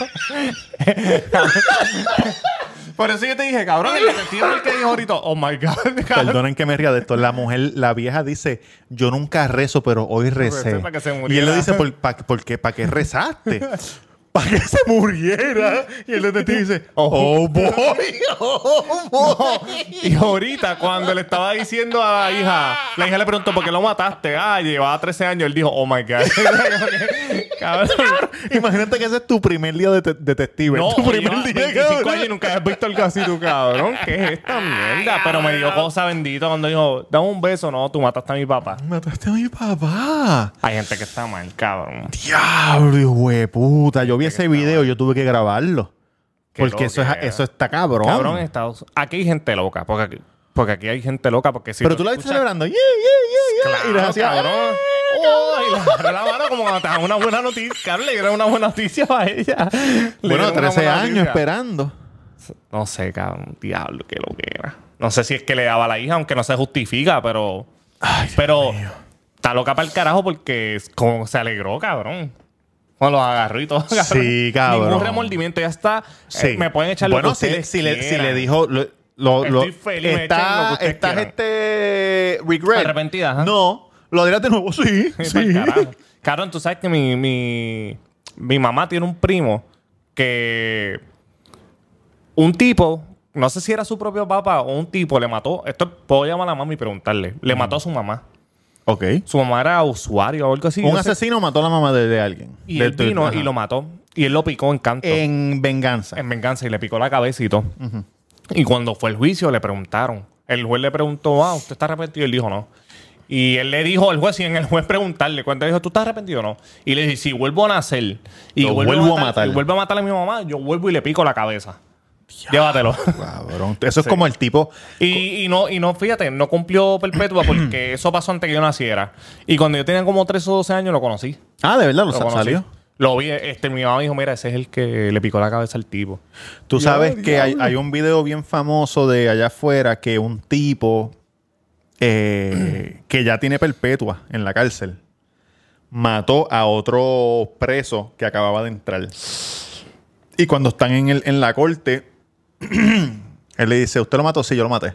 S2: Por eso yo te dije, cabrón, el detective fue el que dijo ahorita, oh my God. cabrón.
S1: Perdonen que me ría de esto. La mujer, la vieja dice, yo nunca rezo, pero hoy recé.
S2: recé para que se
S1: y él le
S2: muriera.
S1: dice, ¿por, pa- por qué? ¿Para qué rezaste? Para que se muriera. Y el detective dice, oh boy, oh boy.
S2: Y ahorita, cuando le estaba diciendo a la hija, la hija le preguntó, ¿por qué lo mataste? Ah, llevaba 13 años. Él dijo, oh my God. cabrón.
S1: Imagínate que ese es tu primer día de te- detective.
S2: No,
S1: tu primer
S2: lleva
S1: día,
S2: 25
S1: cabrón.
S2: años y nunca has visto algo así, tú cabrón. ¿Qué es esta mierda? Pero me dio cosa bendita cuando dijo, dame un beso. No, tú mataste a mi papá.
S1: Mataste a mi papá.
S2: Hay gente que está mal, cabrón.
S1: Diablo, hueputa. Yo vi ese video, yo tuve que grabarlo.
S2: Qué
S1: Porque eso, es,
S2: loquera.
S1: eso está cabrón.
S2: Cabrón en Estados Aquí hay gente loca. Porque aquí, porque aquí hay gente loca. Porque si
S1: Pero
S2: tú
S1: tú la viste
S2: escuchas-
S1: celebrando. Yeah, yeah, yeah, yeah.
S2: Claro,
S1: y les hacía,
S2: cabrón. Oh, y le agarró la mano como cuando te dan una buena noticia. Cabrón, le dieron una buena noticia para ella. Le
S1: Bueno,
S2: dieron una
S1: 13
S2: buena
S1: años
S2: noticia.
S1: esperando.
S2: No sé, cabrón. Diablo, qué lo que era. No sé si es que le daba a la hija, aunque no se justifica, pero. pero está loca para el carajo porque es como se alegró, cabrón. Bueno, los agarró y todo.
S1: Sí, cabrón.
S2: Ningún remordimiento, ya está. Eh, me pueden echar lo
S1: Bueno,
S2: que
S1: si, le,
S2: ustedes
S1: si, le, si
S2: quieran.
S1: le dijo. Lo, lo- lo-
S2: Estoy feliz, me echan lo que
S1: está,
S2: ustedes
S1: estás
S2: quieran.
S1: este. Regret.
S2: Arrepentida, ajá.
S1: No. Lo dirás de nuevo, sí.
S2: Pa'l
S1: sí.
S2: carajo. Cabrón, tú sabes que mi, mi, mi mamá tiene un primo que un tipo, no sé si era su propio papá o un tipo, le mató. Esto puedo llamar a la mamá y preguntarle. Le mató a su mamá.
S1: Ok.
S2: Su mamá era usuario o algo así.
S1: Un
S2: no sé.
S1: asesino mató a la mamá de, de alguien.
S2: Y
S1: Del-
S2: él vino
S1: ajá.
S2: y lo mató. Y él lo picó en canto.
S1: En venganza.
S2: En venganza y le picó la cabeza y todo. Y cuando fue el juicio le preguntaron. El juez le preguntó, ah, ¿usted está arrepentido? Y él dijo no. Y él le dijo al juez, y en el juez preguntarle, cuando él dijo, ¿tú estás arrepentido o no? Y le dice, si vuelvo a nacer y
S1: Lo vuelvo a matar.
S2: y vuelvo a matar a mi mamá, yo vuelvo y le pico la cabeza. Llévatelo.
S1: Cabrón. Eso es como el tipo.
S2: Y, y no, y no, fíjate, no cumplió perpetua porque eso pasó antes que yo naciera. Y cuando yo tenía como 13 o 12 años lo conocí.
S1: Ah, de verdad, lo,
S2: Lo
S1: sa-
S2: conocí.
S1: salió.
S2: Lo vi, este, mi mamá dijo, mira, ese es el que le picó la cabeza al tipo.
S1: Tú
S2: Ya,
S1: sabes que hay,
S2: diablo.
S1: hay un video bien famoso de allá afuera que un tipo eh, que ya tiene perpetua en la cárcel mató a otro preso que acababa de entrar. Y cuando están en, el- en la corte, él le dice, ¿usted lo mató? Sí, yo lo maté.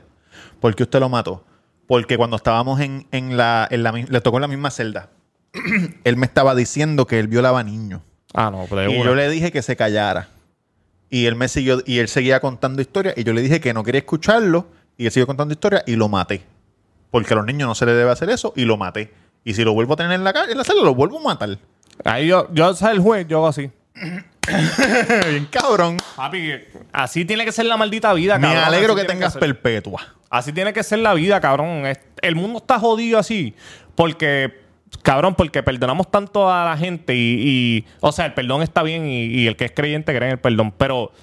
S1: ¿Por qué usted lo mató? Porque cuando estábamos en, en la, en la mi- le tocó en la misma celda, él me estaba diciendo que él violaba niños.
S2: Ah, no, pero de
S1: Y
S2: una.
S1: yo le dije que se callara. Y él me siguió, y él seguía contando historias. Y yo le dije que no quería escucharlo. Y él siguió contando historias y lo maté. Porque a los niños no se les debe hacer eso y lo maté. Y si lo vuelvo a tener en la, ca- en la sala, lo vuelvo a matar.
S2: Ahí yo, yo ¿sabes? el juez, yo hago así.
S1: Bien cabrón.
S2: Papi, así tiene que ser la maldita vida,
S1: Me
S2: cabrón.
S1: alegro
S2: Así
S1: que
S2: tiene
S1: tengas
S2: ser.
S1: perpetua.
S2: Así tiene que ser la vida, cabrón. Es- El mundo está jodido así porque Cabrón, porque perdonamos tanto a la gente y, y- o sea, el perdón está bien y, y el que es creyente cree en el perdón, pero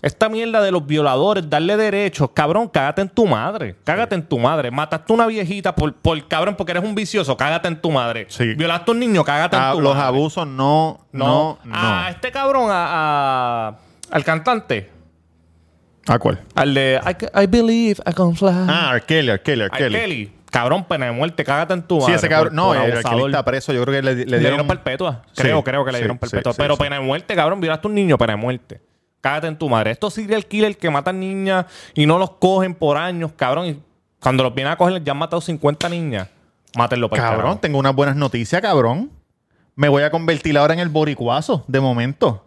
S2: esta mierda de los violadores, darle derechos, cabrón, cágate en tu madre, cágate en tu madre, mataste a una viejita por, por cabrón porque eres un vicioso, cágate en tu madre,
S1: Sí.
S2: violaste a un niño, cágate
S1: Ah,
S2: en tu
S1: los
S2: madre.
S1: abusos no, no,
S2: No,
S1: no.
S2: a este cabrón, a- a- al cantante,
S1: ¿A cuál?
S2: al de I, ca- I believe I can fly.
S1: Ah, R. Kelly, R. Kelly, R.
S2: Ay,
S1: Kelly.
S2: Kelly. Cabrón, pena de muerte, cágate en tu madre.
S1: Sí, ese cabrón.
S2: por-
S1: No,
S2: por
S1: el R. Kelly
S2: abusador.
S1: está preso. Yo creo que le, le
S2: Le
S1: dieron
S2: dieron perpetua. Creo,
S1: Sí,
S2: creo que le
S1: sí,
S2: dieron
S1: sí,
S2: perpetua.
S1: sí,
S2: pero
S1: sí.
S2: pena de muerte, cabrón. Violaste un niño, pena de muerte. Cágate en tu madre. Estos serial killer que matan niñas y no los cogen por años, cabrón. Y cuando los vienen a coger, ya han matado 50 niñas. Mátenlo para
S1: Pues Cabrón, tengo unas buenas noticias, cabrón. Me voy a convertir ahora en el boricuazo, de momento.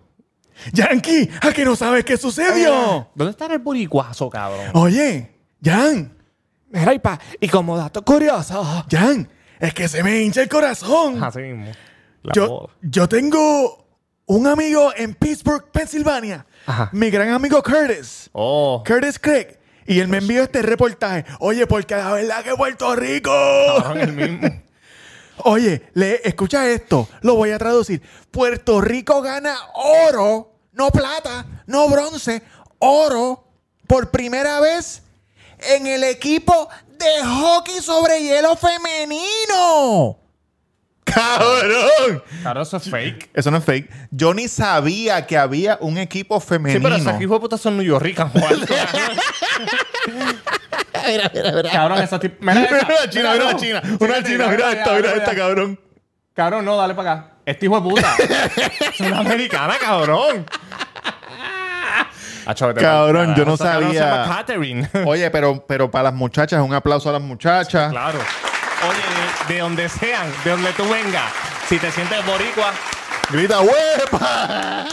S1: Yankee, ¿a que no sabes qué sucedió?
S2: ¿Dónde está el boricuazo, cabrón?
S1: Oye, Jan,
S2: Mira, y, pa- y como dato curioso.
S1: Jan, es que se me hincha el corazón.
S2: Así mismo. La
S1: Oh. Yo,
S2: boda.
S1: yo tengo un amigo en Pittsburgh, Pensilvania.
S2: Ajá.
S1: Mi gran amigo Curtis.
S2: Oh.
S1: Curtis Craig. Y él me envió este reportaje. Oye, porque la verdad que Puerto Rico.
S2: Cabrón, el mismo.
S1: Oye, le, escucha esto. Lo voy a traducir. Puerto Rico gana oro, no plata, no bronce, oro por primera vez en el equipo de hockey sobre hielo femenino. ¡Cabrón!
S2: Claro, eso es fake.
S1: Eso no es fake. Yo ni sabía que había un equipo
S2: Sí,
S1: femenino.
S2: pero esos hijos de puta son neoyorricanos. Cabrón, esa tip- Mira,
S1: Mira
S2: esa-
S1: la china, mira la
S2: no.
S1: china.
S2: Fíjate,
S1: Una china, mira esta, mira
S2: allá.
S1: esta, cabrón.
S2: Cabrón, no, dale para acá. Este hijo de puta. es una americana, cabrón.
S1: Cabrón, yo no
S2: Esa cabrón se
S1: sabía.
S2: llama Catherine.
S1: Oye, pero, pero para las muchachas, un aplauso a las muchachas.
S2: claro. Oye, de, de donde sean, de donde tú vengas, si te sientes boricua,
S1: Grita, huepa.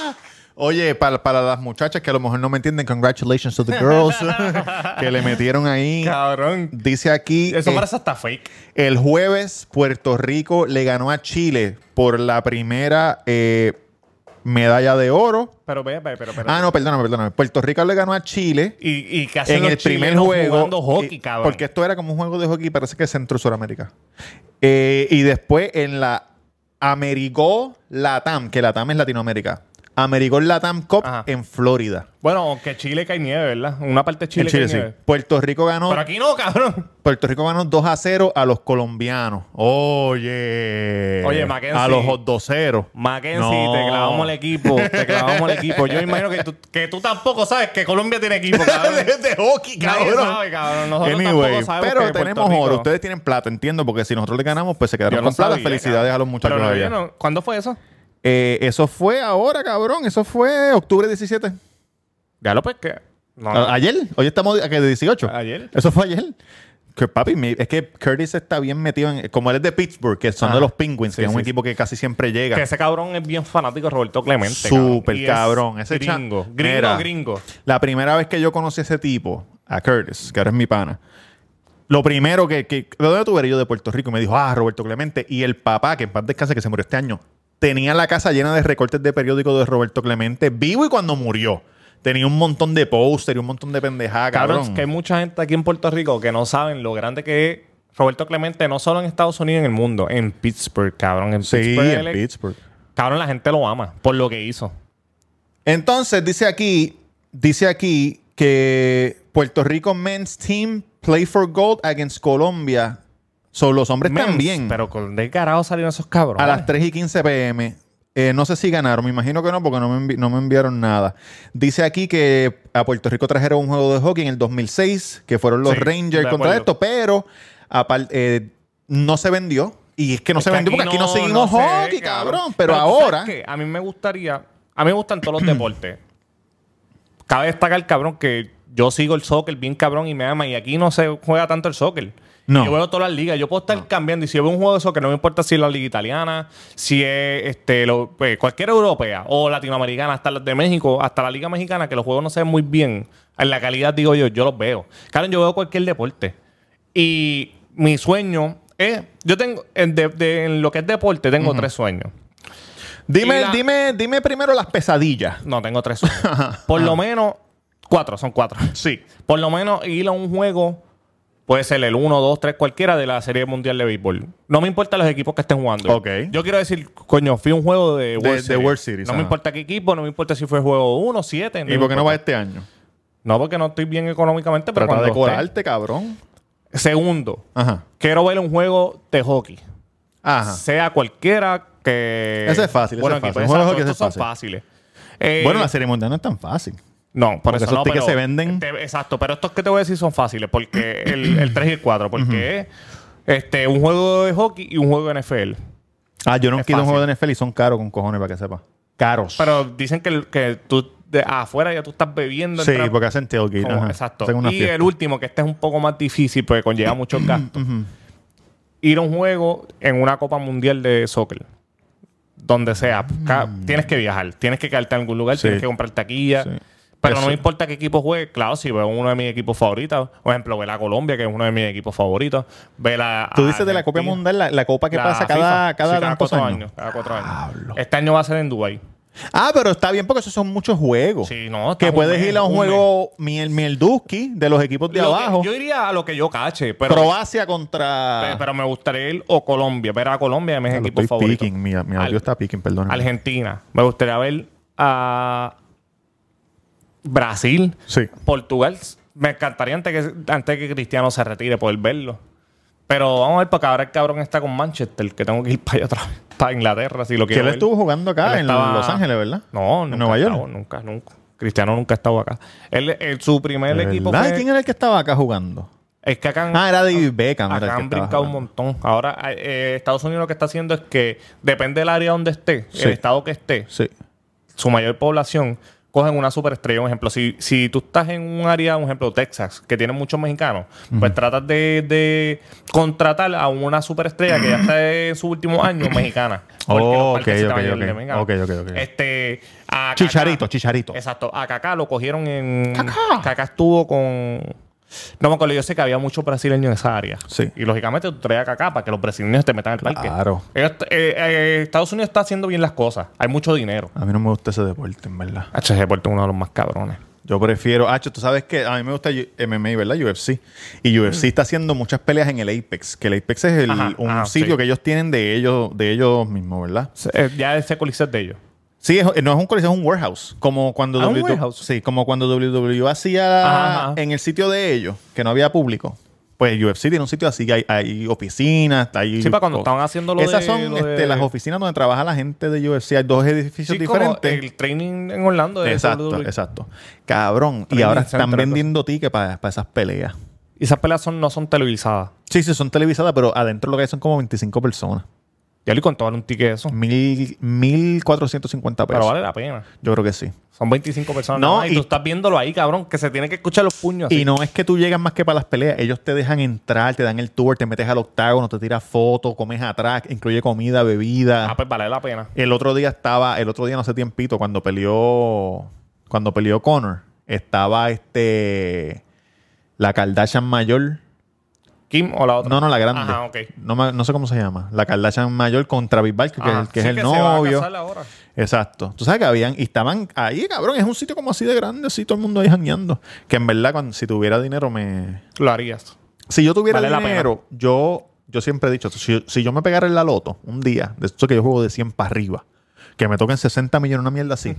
S1: Oye, para, para las muchachas que a lo mejor no me entienden, congratulations to the girls que le metieron ahí.
S2: cabrón.
S1: Dice aquí,
S2: Eso
S1: eh,
S2: parece hasta fake.
S1: el jueves Puerto Rico le ganó a Chile por la primera eh, medalla de oro.
S2: Pero ve, ve, pero, pero.
S1: Ah, no, perdóname, perdóname. Puerto Rico le ganó a Chile
S2: Y, y que hacen
S1: en
S2: los
S1: el primer
S2: chilenos
S1: juego.
S2: jugando hockey,
S1: eh,
S2: cabrón.
S1: Porque esto era como un juego de hockey, parece que Centro Suramérica. Eh, y después en la Amerigol Latam, que Latam es Latinoamérica. Amerigol Latam Cup
S2: Ajá.
S1: en Florida.
S2: Bueno, aunque Chile cae nieve, ¿verdad? En Una parte de Chile,
S1: en Chile,
S2: cae
S1: sí.
S2: nieve.
S1: Puerto Rico ganó.
S2: Pero aquí no, cabrón.
S1: Puerto Rico ganó 2 a 0 a los colombianos. Oye.
S2: Oye, Mackenzie.
S1: A los 2-0.
S2: Mackenzie,
S1: No.
S2: te clavamos el equipo, te clavamos el equipo. Yo imagino que tú, que tú tampoco sabes que Colombia tiene equipo, cabrón.
S1: de hockey,
S2: Nadie sabe, cabrón. Nosotros
S1: Anyway,
S2: tampoco sabemos
S1: pero
S2: que Puerto
S1: tenemos
S2: Rico-
S1: oro. Ustedes tienen plata, entiendo, porque si nosotros le ganamos, pues se quedaron
S2: Yo no
S1: con plata.
S2: sabía,
S1: Felicidades
S2: cabrón.
S1: a los muchachos
S2: Pero no,
S1: allá.
S2: yo no- ¿Cuándo fue eso?
S1: Eh, eso fue ahora, cabrón. Eso fue octubre 17.
S2: Ya lo pesqué. No,
S1: A- Ayer. Hoy estamos a que de 18.
S2: Ah. Ayer.
S1: Eso fue ayer. Que papi, mi- es que Curtis está bien metido en. Como él es de Pittsburgh, que son
S2: Ajá.
S1: de los Penguins,
S2: Ah. Sí,
S1: que es un
S2: sí,
S1: equipo que casi siempre llega.
S2: que ese cabrón es bien fanático de Roberto Clemente.
S1: Súper
S2: Y es
S1: cabrón. Ese cha-
S2: gringo. Gringo,
S1: Mira,
S2: gringo.
S1: La primera vez que yo conocí a ese tipo, a Curtis, que ahora es mi pana, lo primero que. que ¿De dónde tú eres yo de Puerto Rico? Y me dijo, ah, Roberto Clemente. Y el papá, que en paz descanse, que se murió este año, tenía la casa llena de recortes de periódico de Roberto Clemente, vivo y cuando murió. Tenía un montón de póster y un montón de pendejadas,
S2: Cabrón,
S1: cabrón.
S2: que hay mucha gente aquí en Puerto Rico que no saben lo grande que es Roberto Clemente, no solo en Estados Unidos, en el mundo. En Pittsburgh, cabrón. En
S1: Sí,
S2: Pittsburgh.
S1: en
S2: él es-
S1: Pittsburgh.
S2: Cabrón, la gente lo ama por lo que hizo.
S1: Entonces, dice aquí, dice aquí que Puerto Rico Men's Team play for gold against Colombia. So, los hombres
S2: Mens,
S1: también.
S2: Pero con de carajo salieron esos cabrones.
S1: a las 3 y 15 pm. Eh, no sé si ganaron, me imagino que no, porque no me, envi- no me enviaron nada. Dice aquí que a Puerto Rico trajeron un juego de hockey en el 2006, que fueron los
S2: Sí,
S1: Rangers
S2: de
S1: contra
S2: acuerdo.
S1: esto, pero apar- eh, no se vendió. Y es que no
S2: Es
S1: se
S2: que
S1: vendió porque aquí no, seguimos
S2: no se ve,
S1: hockey, cabrón. Pero,
S2: tú sabes
S1: ahora.
S2: qué, A mí me gustaría. A mí me gustan todos los deportes. Cabe destacar, cabrón, que yo sigo el soccer bien cabrón y me ama. Y aquí no se juega tanto el soccer.
S1: No.
S2: Yo veo todas las ligas. Yo puedo estar cambiando. Y si yo veo un juego de soccer, no me importa si es la liga italiana, si es este, lo- eh, cualquier europea o latinoamericana, hasta las de México, hasta la liga mexicana, que los juegos no se ven muy bien. En la calidad, digo yo, yo los veo. Cabrón, yo veo cualquier deporte. Y mi sueño es. Yo tengo. En, de- de- en lo que es deporte, tengo tres sueños.
S1: Dime,
S2: Y la-
S1: dime, dime primero las pesadillas.
S2: No, tengo tres sueños. Por lo menos. Cuatro, son cuatro.
S1: Ah. Sí.
S2: Por lo menos ir a un juego Puede ser el 1, 2, 3, cualquiera de la Serie Mundial de Béisbol. No me importan los equipos que estén jugando.
S1: Ok.
S2: Yo quiero decir, coño, fui a un juego de World
S1: de
S2: Series.
S1: World Series,
S2: No
S1: ajá.
S2: me importa qué equipo, no me importa si fue juego 1, 7.
S1: ¿Y por qué no va este año?
S2: No, porque no estoy bien económicamente, pero
S1: Trata
S2: cuando
S1: de
S2: esté.
S1: colarte, cabrón.
S2: Segundo,
S1: Ajá.
S2: quiero ver un juego de hockey.
S1: Ajá.
S2: Sea cualquiera que...
S1: Ah. Ese es fácil, ese
S2: Bueno,
S1: es fácil.
S2: equipos,
S1: Un juego de
S2: exacto,
S1: hockey, ese
S2: estos
S1: es
S2: son fáciles. Eh,
S1: Bueno, la serie mundial no es tan fácil.
S2: No, por
S1: Porque
S2: eso
S1: esos
S2: no,
S1: tickets
S2: pero-
S1: se venden.
S2: te- exacto, pero estos que te voy a decir son fáciles, porque el, el 3 y el 4, porque es este, un juego de hockey y un juego de NFL.
S1: Ah, yo no
S2: Es
S1: quiero un
S2: fácil.
S1: juego de NFL y son caros con cojones, para que sepa. Caros.
S2: Pero dicen que, el- que tú de- afuera ya tú estás bebiendo.
S1: sí,
S2: entras-
S1: porque hacen tailgate.
S2: como-
S1: ajá.
S2: exacto.
S1: Hacen una
S2: Y
S1: fiesta.
S2: el último, que este es un poco más difícil, porque conlleva muchos gastos. Ir a un juego en una Copa Mundial de Soccer. Donde sea. Ca- Tienes que viajar, tienes que quedarte en algún
S1: Ah.
S2: lugar,
S1: Sí.
S2: tienes que comprar taquilla.
S1: Sí.
S2: Pero no
S1: Eso.
S2: me importa qué equipo juegue. Claro, si veo uno de mis equipos favoritos. Por ejemplo, ver a Colombia, que es uno de mis equipos favoritos. Ver a
S1: Tú dices de la Copa
S2: Argentina.
S1: Mundial, la, la copa que
S2: Ah, La
S1: pasa
S2: FIFA.
S1: cada,
S2: Sí,
S1: cada tantos
S2: cuatro
S1: años.
S2: Cada cuatro años.
S1: Diablo.
S2: Este año va a ser en Dubái.
S1: Ah, pero está bien porque esos son muchos juegos.
S2: Sí, no, está
S1: que
S2: un
S1: puedes
S2: mes,
S1: ir a un,
S2: un
S1: juego miel, mielduski de los equipos de
S2: Lo que-
S1: abajo.
S2: yo iría a lo que yo cache, pero,
S1: Croacia contra.
S2: pe- pero me gustaría ir o Colombia, ver a Colombia, mis
S1: Ya Ah. lo
S2: equipos
S1: estoy
S2: favoritos.
S1: picking, mi, mi
S2: Al-
S1: audio está picking, perdón.
S2: Argentina, me gustaría ver a Brasil,
S1: Sí.
S2: Portugal. Me encantaría antes que, antes que Cristiano se retire poder verlo. Pero vamos a ver, porque ahora el cabrón está con Manchester, que tengo que ir para allá otra vez, para Inglaterra, si lo
S1: Que
S2: quiero
S1: él
S2: ver.
S1: estuvo jugando acá en
S2: Él estaba-
S1: Los Ángeles, ¿verdad?
S2: No,
S1: en
S2: nunca
S1: Nueva
S2: ha
S1: York.
S2: estado, nunca, nunca. Cristiano nunca ha estado acá. Él, él- su primer
S1: ¿Verdad?
S2: equipo
S1: ¿Y
S2: fue...
S1: ¿Quién era el que estaba acá jugando?
S2: Es que acá han-
S1: Ah, era David Beckham. era el
S2: Acá
S1: que
S2: han
S1: estaba
S2: brincado un
S1: jugando.
S2: montón. Ahora, eh, Estados Unidos lo que está haciendo es que depende del área donde esté,
S1: Sí.
S2: el estado que esté,
S1: Sí.
S2: su mayor población, cogen una superestrella. Un ejemplo, si, si tú estás en un área, un ejemplo, Texas, que tiene muchos mexicanos, pues tratas de, de contratar a una superestrella que ya está en su último año mexicana. Porque
S1: Oh,
S2: los
S1: ok,
S2: parques se te
S1: ok,
S2: van a
S1: ok.
S2: ir de mexicanos.
S1: Ok, ok, ok.
S2: Este, a Kaká-
S1: Chicharito, Chicharito.
S2: Exacto. A Kaká lo cogieron en. Kaká. estuvo con. No me acuerdo, yo sé que había muchos brasileños en esa área.
S1: Sí.
S2: Y lógicamente tú traes a Kaká para que los brasileños te metan al parque.
S1: Claro.
S2: Ellos- eh, eh, Estados Unidos está haciendo bien las cosas. Hay mucho dinero.
S1: A mí no me gusta ese deporte, en verdad.
S2: H, ese deporte es uno de los más cabrones.
S1: Yo prefiero. Hacho, tú sabes que a mí me gusta U- MMA, ¿verdad? UFC. Y UFC está haciendo muchas peleas en el Apex. Que el Apex es el-
S2: Ajá,
S1: un
S2: ah,
S1: sitio
S2: sí.
S1: que ellos tienen de ellos, de ellos mismos, ¿verdad?
S2: Se- eh, ya ese coliseo es de ellos.
S1: Sí, es- no es un coliseo, es un warehouse. Como cuando,
S2: Ah, un
S1: WWE
S2: warehouse.
S1: Sí, como cuando WWE hacía
S2: Ajá, ajá.
S1: en el sitio de ellos, que no había público. Pues UFC tiene un sitio así, que hay, hay oficinas, hay...
S2: Sí, para cuando estaban haciendo lo
S1: Esas
S2: de-
S1: son
S2: lo
S1: este,
S2: de-
S1: las oficinas donde trabaja la gente de UFC. Hay dos edificios
S2: Sí, como
S1: diferentes.
S2: el training en Orlando. de
S1: Exacto,
S2: WWE.
S1: exacto. Cabrón. Y
S2: Training
S1: ahora están
S2: center,
S1: vendiendo tickets para, para esas peleas.
S2: Y esas peleas son, no son televisadas.
S1: Sí, sí, son televisadas, pero adentro lo que hay son como 25 personas.
S2: Ya le contó vale un ticket de eso.
S1: Mm, pues. Mil, 1.450
S2: Oh. Pero
S1: pesos.
S2: vale la pena.
S1: Yo creo que sí.
S2: Son 25 personas.
S1: No,
S2: nada más, y,
S1: y-
S2: tú estás viéndolo ahí, cabrón, que se tiene que escuchar los puños. así.
S1: Y no es que tú llegas más que para las peleas. Ellos te dejan entrar, te dan el tour, te metes al octágono, te tiras fotos, comes atrás, incluye comida, bebida.
S2: Ah, pues vale la pena.
S1: El otro día estaba, el otro día no hace tiempito, cuando peleó, cuando peleó Connor, estaba este, la Kardashian mayor.
S2: Kim o la otra.
S1: No, no, la grande.
S2: Ajá, ok.
S1: no, me- no sé cómo se llama. La Kardashian mayor contra Big Bal, que,
S2: Ajá.
S1: que es
S2: Ah, Sí,
S1: el
S2: se va a
S1: novio.
S2: casar ahora.
S1: Exacto. Tú sabes que habían, y estaban ahí, cabrón, es un sitio como así de grande, así todo el mundo ahí jangueando. Que en verdad, cuando, si tuviera dinero, me,
S2: Lo harías.
S1: Si yo tuviera
S2: Vale la
S1: dinero, yo, yo siempre he dicho, si, si yo me pegara en la loto un día, de esto que yo juego de 100 para arriba, que me toquen 60 millones, una mierda así,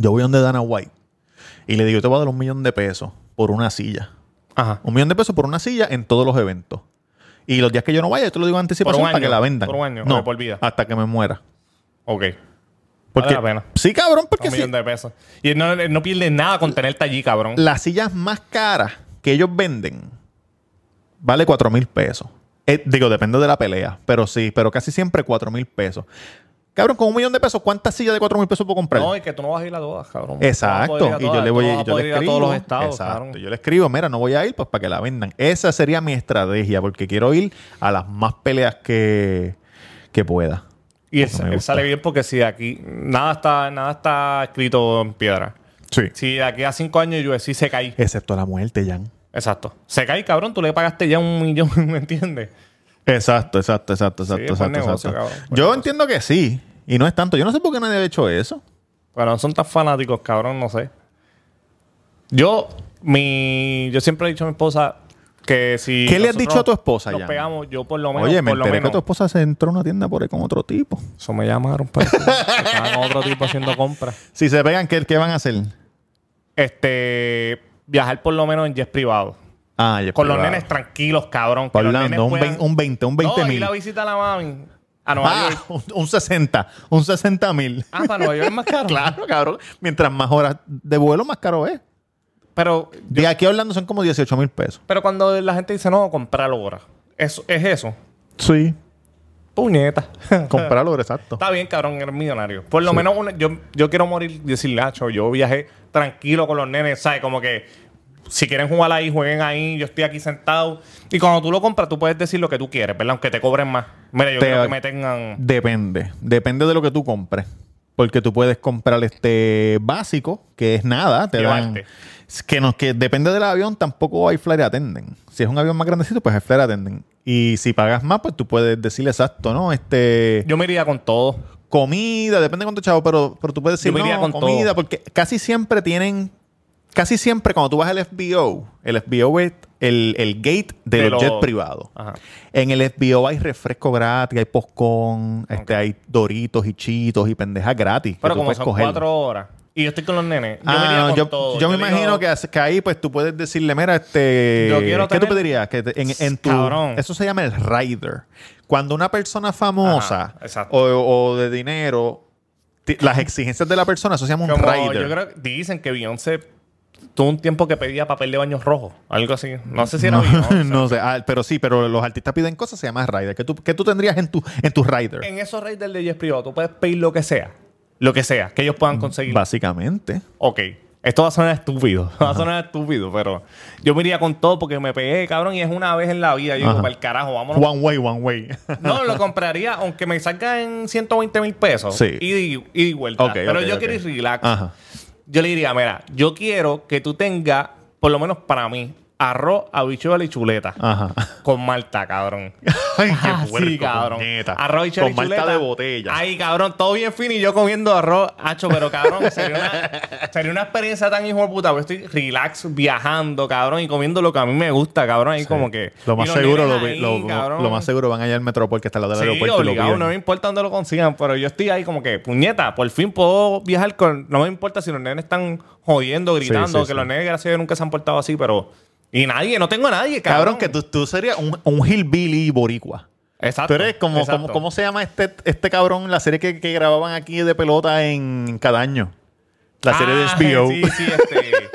S1: yo voy donde Dana White y le digo, yo te voy a dar un millón de pesos por una silla.
S2: Ajá.
S1: Un millón de pesos por una silla en todos los eventos. Y los días que yo no vaya, yo te lo digo en anticipación
S2: Por un
S1: para
S2: año,
S1: que la vendan.
S2: por un año,
S1: no,
S2: o por vida.
S1: Hasta que me muera.
S2: Ok.
S1: Porque,
S2: la pena.
S1: Sí, cabrón, porque
S2: Un
S1: si
S2: millón de pesos. Y no, no pierdes nada con tenerte allí, cabrón.
S1: las sillas más caras que ellos venden vale 4 mil pesos. Eh, digo, depende de la pelea, pero sí, pero casi siempre 4 mil pesos. Cabrón, con un millón de pesos, ¿cuántas sillas de 4 mil pesos puedo comprar?
S2: No, es que tú no vas a ir a todas, cabrón.
S1: Exacto.
S2: Tú no vas a poder ir a
S1: y yo le voy yo le
S2: todas, tú no vas poder ir a
S1: escribo,
S2: todos los estados,
S1: exacto.
S2: cabrón.
S1: Yo le escribo, mira, no voy a ir pues para que la vendan. Esa sería mi estrategia, porque quiero ir a las más peleas que, que pueda.
S2: Y él,
S1: Porque me
S2: él
S1: gusta.
S2: sale bien porque si aquí nada está, nada está escrito en piedra.
S1: Sí.
S2: Si de aquí a cinco años yo sí se cae.
S1: Excepto la muerte, Jan.
S2: Exacto. Se cae, cabrón, tú le pagaste ya un millón, ¿me entiendes?
S1: Exacto, exacto, exacto, exacto,
S2: buen
S1: exacto,
S2: negocio,
S1: exacto.
S2: cabrón, buen
S1: Yo
S2: negocio.
S1: entiendo que sí. Y no es tanto. Yo no sé por qué nadie ha hecho eso.
S2: Bueno, no son tan fanáticos, cabrón, no sé. Yo, mi, yo siempre he dicho a mi esposa, Que si
S1: ¿Qué le has
S2: nosotros
S1: dicho a tu esposa,
S2: Nos
S1: Jan?
S2: pegamos, yo por lo menos.
S1: Oye, me
S2: por lo
S1: enteré que
S2: menos.
S1: tu esposa se entró a una tienda por ahí con otro tipo.
S2: Eso me llamaron para estaban otro tipo haciendo compras.
S1: Si se pegan, ¿qué, qué van a hacer?
S2: Este, viajar por lo menos en jet privado.
S1: Ah, ya
S2: Con los
S1: privado.
S2: nenes tranquilos, cabrón. que los nenes
S1: Hablando, un,
S2: puedan-
S1: vein- un 20, un 20
S2: no,
S1: mil.
S2: ir a visita a la mami. A Nueva
S1: Ah,
S2: York.
S1: un, un 60, un 60 mil.
S2: Ah, para Nueva York es más caro.
S1: Claro, cabrón. Mientras más horas de vuelo, más caro es.
S2: Pero,
S1: De aquí hablando son como 18 mil pesos.
S2: pero cuando la gente dice, no, comprarlo ahora. Eso, es eso.
S1: Sí.
S2: Puñeta.
S1: Comprarlo, exacto.
S2: Está bien, cabrón, eres millonario. Por lo menos una- yo, yo quiero morir y decirle, "Acho, yo viajé tranquilo con los nenes, ¿sabes? Como que si quieren jugar ahí, jueguen ahí, yo estoy aquí sentado. Y cuando tú lo compras, tú puedes decir lo que tú quieres, ¿verdad? Aunque te cobren más. Mira, yo
S1: Te-
S2: quiero que me tengan...
S1: Depende. Depende de lo que tú compres. Porque tú puedes comprar este básico, que es nada, te dan.
S2: Llevarte.
S1: Que, nos, que depende del avión, tampoco hay flyer atenden. Si es un avión más grandecito, pues hay flyer atenden. Y si pagas más, pues tú puedes decirle exacto, ¿no? Este.
S2: Yo me iría con todo.
S1: comida, depende de cuánto chavo, pero, pero tú puedes decir
S2: Yo me iría
S1: no,
S2: con
S1: comida,
S2: todo.
S1: porque casi siempre tienen, casi siempre cuando tú vas al FBO, el FBO es el, el gate de,
S2: De
S1: los
S2: los-
S1: jets privados.
S2: Ajá.
S1: En el FBO hay refresco gratis, hay poscón, este, hay doritos y chitos y pendejas gratis. que
S2: Pero
S1: tú
S2: como
S1: puedes
S2: son
S1: coger.
S2: cuatro horas y yo estoy con los nenes, yo
S1: Ah,
S2: me iría
S1: no,
S2: con
S1: yo,
S2: todo.
S1: yo me
S2: digo,
S1: imagino que, hace- que ahí pues tú puedes decirle, mira, este,
S2: Yo quiero
S1: ¿qué tú
S2: tener-
S1: pedirías? Que te- en, en tu,
S2: Cabrón.
S1: Eso se llama el rider. Cuando una persona famosa
S2: Ajá, exacto.
S1: o, o de dinero, ti- las exigencias de la persona, eso se llama un
S2: como
S1: rider.
S2: Yo creo que dicen que Beyoncé tuvo un tiempo que pedía papel de baños rojo, algo así. No sé si era
S1: no,
S2: Beyoncé.
S1: no sé, ah, pero sí, pero los artistas piden cosas, se llama rider. ¿Qué tú, qué tú tendrías en tu, en tu rider?
S2: En esos raiders de Jets privado, tú puedes pedir lo que sea. Lo que sea, que ellos
S1: Mm,
S2: puedan conseguir.
S1: Básicamente.
S2: Ok. Esto va a sonar estúpido. Va a sonar estúpido, pero yo me iría con todo porque me pegué, cabrón, y es una vez en la vida. Yo digo,
S1: Ajá.
S2: para el carajo, vámonos.
S1: One way, one way.
S2: No, lo compraría, aunque me salga en 120 mil pesos.
S1: Sí.
S2: Y, y vuelta.
S1: Ok,
S2: pero
S1: ok,
S2: yo
S1: ok.
S2: quiero ir relax.
S1: Ajá.
S2: Yo le diría, mira, yo quiero que tú tengas, por lo menos para mí, arroz, habichuela y chuleta.
S1: Ajá.
S2: Con Malta, cabrón.
S1: Ay, qué
S2: Ah, sí,
S1: puerco,
S2: cabrón.
S1: puñeta.
S2: Arroz y chile
S1: Con
S2: y
S1: marca
S2: chuleta.
S1: de botella.
S2: Ay, cabrón, todo bien fino y yo comiendo arroz. Hacho, pero cabrón, sería una, sería una experiencia tan hijo de puta. porque estoy relax viajando, cabrón, y comiendo lo que a mí me gusta, cabrón. Ahí como que.
S1: Lo más
S2: y los
S1: seguro, lo,
S2: nenes ahí,
S1: lo-
S2: cabrón.
S1: lo más seguro van allá al metro porque está al lado del
S2: Sí,
S1: aeropuerto y lo
S2: obligado,
S1: piden.
S2: no me importa dónde lo consigan, pero yo estoy ahí como que, puñeta, por fin puedo viajar con. No me importa si los nenes están jodiendo, gritando,
S1: sí,
S2: que
S1: sí.
S2: los nenes, gracias a Dios, nunca se han portado así, pero. Y nadie, no tengo a nadie,
S1: Cabrón,
S2: cabrón.
S1: que tú, tú serías un, un hillbilly boricua.
S2: Exacto.
S1: Tú eres como,
S2: exacto.
S1: como- ¿cómo se llama este, este cabrón? La serie que, que grababan aquí de pelota en Cadaño. La serie de
S2: Ah,
S1: HBO.
S2: Sí, sí, este.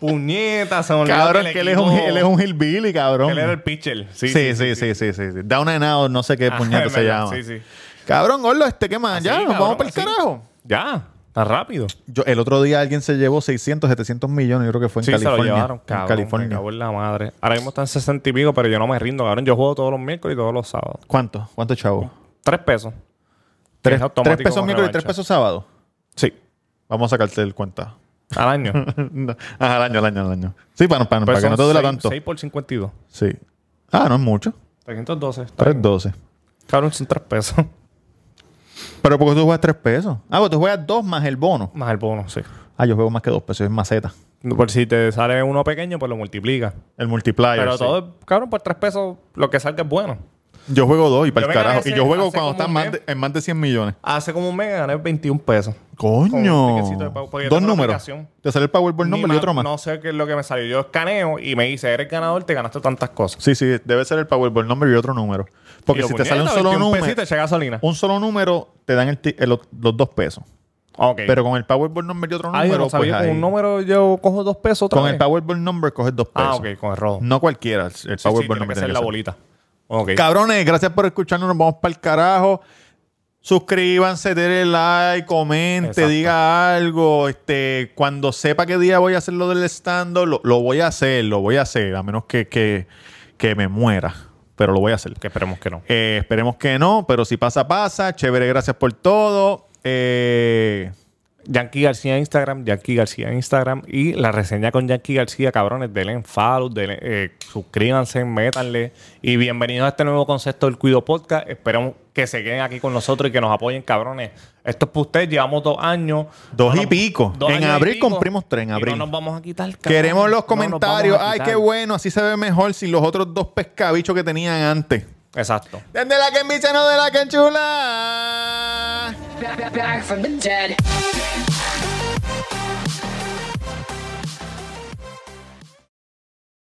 S2: Puñeta, se me olvidó
S1: Cabrón,
S2: el
S1: que él es, un,
S2: equipo-
S1: él es un hillbilly,
S2: que
S1: cabrón.
S2: él era el pitcher.
S1: Sí, sí, sí, sí, sí, sí. Down and out, no sé qué
S2: Ah,
S1: puñeta
S2: es
S1: se
S2: verdad,
S1: llama.
S2: sí, sí.
S1: Cabrón, gordo, este, ¿qué más?
S2: Así,
S1: ya, nos vamos
S2: cabrón,
S1: para el
S2: así.
S1: carajo.
S2: Ya, tan rápido.
S1: Yo, el otro día alguien se llevó 600, 700 millones, yo creo que fue en
S2: sí,
S1: California.
S2: se lo llevaron,
S1: En
S2: cabrón. Me
S1: California.
S2: cago en la madre. Ahora mismo están 60 y pico, pero yo no me rindo, cabrón. Yo juego todos los miércoles y todos los sábados.
S1: ¿Cuánto? ¿Cuánto, chavo?
S2: Tres pesos.
S1: Tres,
S2: automático
S1: tres
S2: con
S1: pesos miércoles y tres
S2: revancha.
S1: pesos sábado.
S2: Sí.
S1: Vamos a sacarte el cuenta.
S2: Al año. Pues
S1: No. Ah, al año, al año, al año. Sí, para, para, para que no te duela tanto.
S2: 6 por 52.
S1: Sí. Ah, no es mucho.
S2: 312.
S1: 3.12.
S2: Cabrón, son 3 pesos.
S1: Pero porque tú juegas 3 pesos. Ah, pues tú juegas 2 más el bono.
S2: Más el bono, sí.
S1: Ah, yo juego más que 2 pesos, es maceta. pues
S2: Por si te sale uno pequeño, pues lo multiplica.
S1: El multiplier.
S2: Pero
S1: sí.
S2: todo, cabrón, por 3 pesos lo que salga es bueno.
S1: Yo juego 2 y para
S2: Yo
S1: el
S2: me
S1: carajo.
S2: gané
S1: Y yo juego
S2: hace
S1: cuando
S2: como
S1: están
S2: un
S1: más
S2: mes.
S1: de- en más de 100 millones.
S2: Hace como un mes gané 21 pesos. Con un
S1: ¡Coño!
S2: tiquecito de pago, porque yo
S1: Dos
S2: tengo la
S1: números.
S2: aplicación.
S1: Te sale el Powerball
S2: Ni
S1: number y
S2: más-
S1: otro más.
S2: No sé qué es lo que me salió. Yo escaneo y me dice, eres ganador, te ganaste tantas cosas.
S1: Sí, sí, debe ser el Powerball number y otro número. Porque
S2: Y yo,
S1: si te
S2: puñeta,
S1: sale un solo
S2: 21
S1: número,
S2: pesito, eché gasolina.
S1: un solo número, te dan el ti- el- los 2 pesos.
S2: Ok.
S1: Pero con el Powerball number y otro
S2: Ay, Ah, yo
S1: número,
S2: no sabía,
S1: pues,
S2: con
S1: ahí-
S2: un número yo cojo 2 pesos otra
S1: Con el
S2: vez.
S1: Powerball number coges dos pesos.
S2: Ah, ok, con el rojo.
S1: No cualquiera. El el
S2: Sí, sí,
S1: Powerball
S2: tiene
S1: number pues,
S2: que
S1: tiene
S2: ser
S1: que
S2: la
S1: ser.
S2: bolita. Ok.
S1: Cabrones, gracias por escucharnos. Nos vamos para el carajo. Suscríbanse, denle like, comente,
S2: Exacto.
S1: diga algo. Este, cuando sepa qué día voy a hacer lo del stand lo, lo voy a hacer, lo voy a hacer, a menos que, que, que me muera. Pero lo voy a hacer.
S2: Que esperemos que no.
S1: Eh, esperemos que no, pero si pasa, pasa. Chévere, gracias por todo. Eh,
S2: Yankee García en Instagram, Yankee García en Instagram y la reseña con Yankee García, cabrones, denle en follow, denle, eh, suscríbanse, métanle y bienvenidos a este nuevo concepto del Cuido Podcast. Esperamos que se queden aquí con nosotros y que nos apoyen, cabrones. Esto es para ustedes, llevamos dos años.
S1: Dos
S2: No
S1: y
S2: nos-
S1: pico.
S2: dos
S1: En
S2: años y
S1: abril
S2: pico.
S1: cumplimos tres, en
S2: Y
S1: abril.
S2: no nos vamos a quitar, cabrón.
S1: Queremos los
S2: No nos vamos a
S1: comentarios. Ay,
S2: quitar.
S1: qué bueno, así se ve mejor sin los otros dos pescabichos que tenían antes.
S2: Exacto.
S1: Desde la que envicia, no de la que enchula.
S7: Back, back, back from the dead.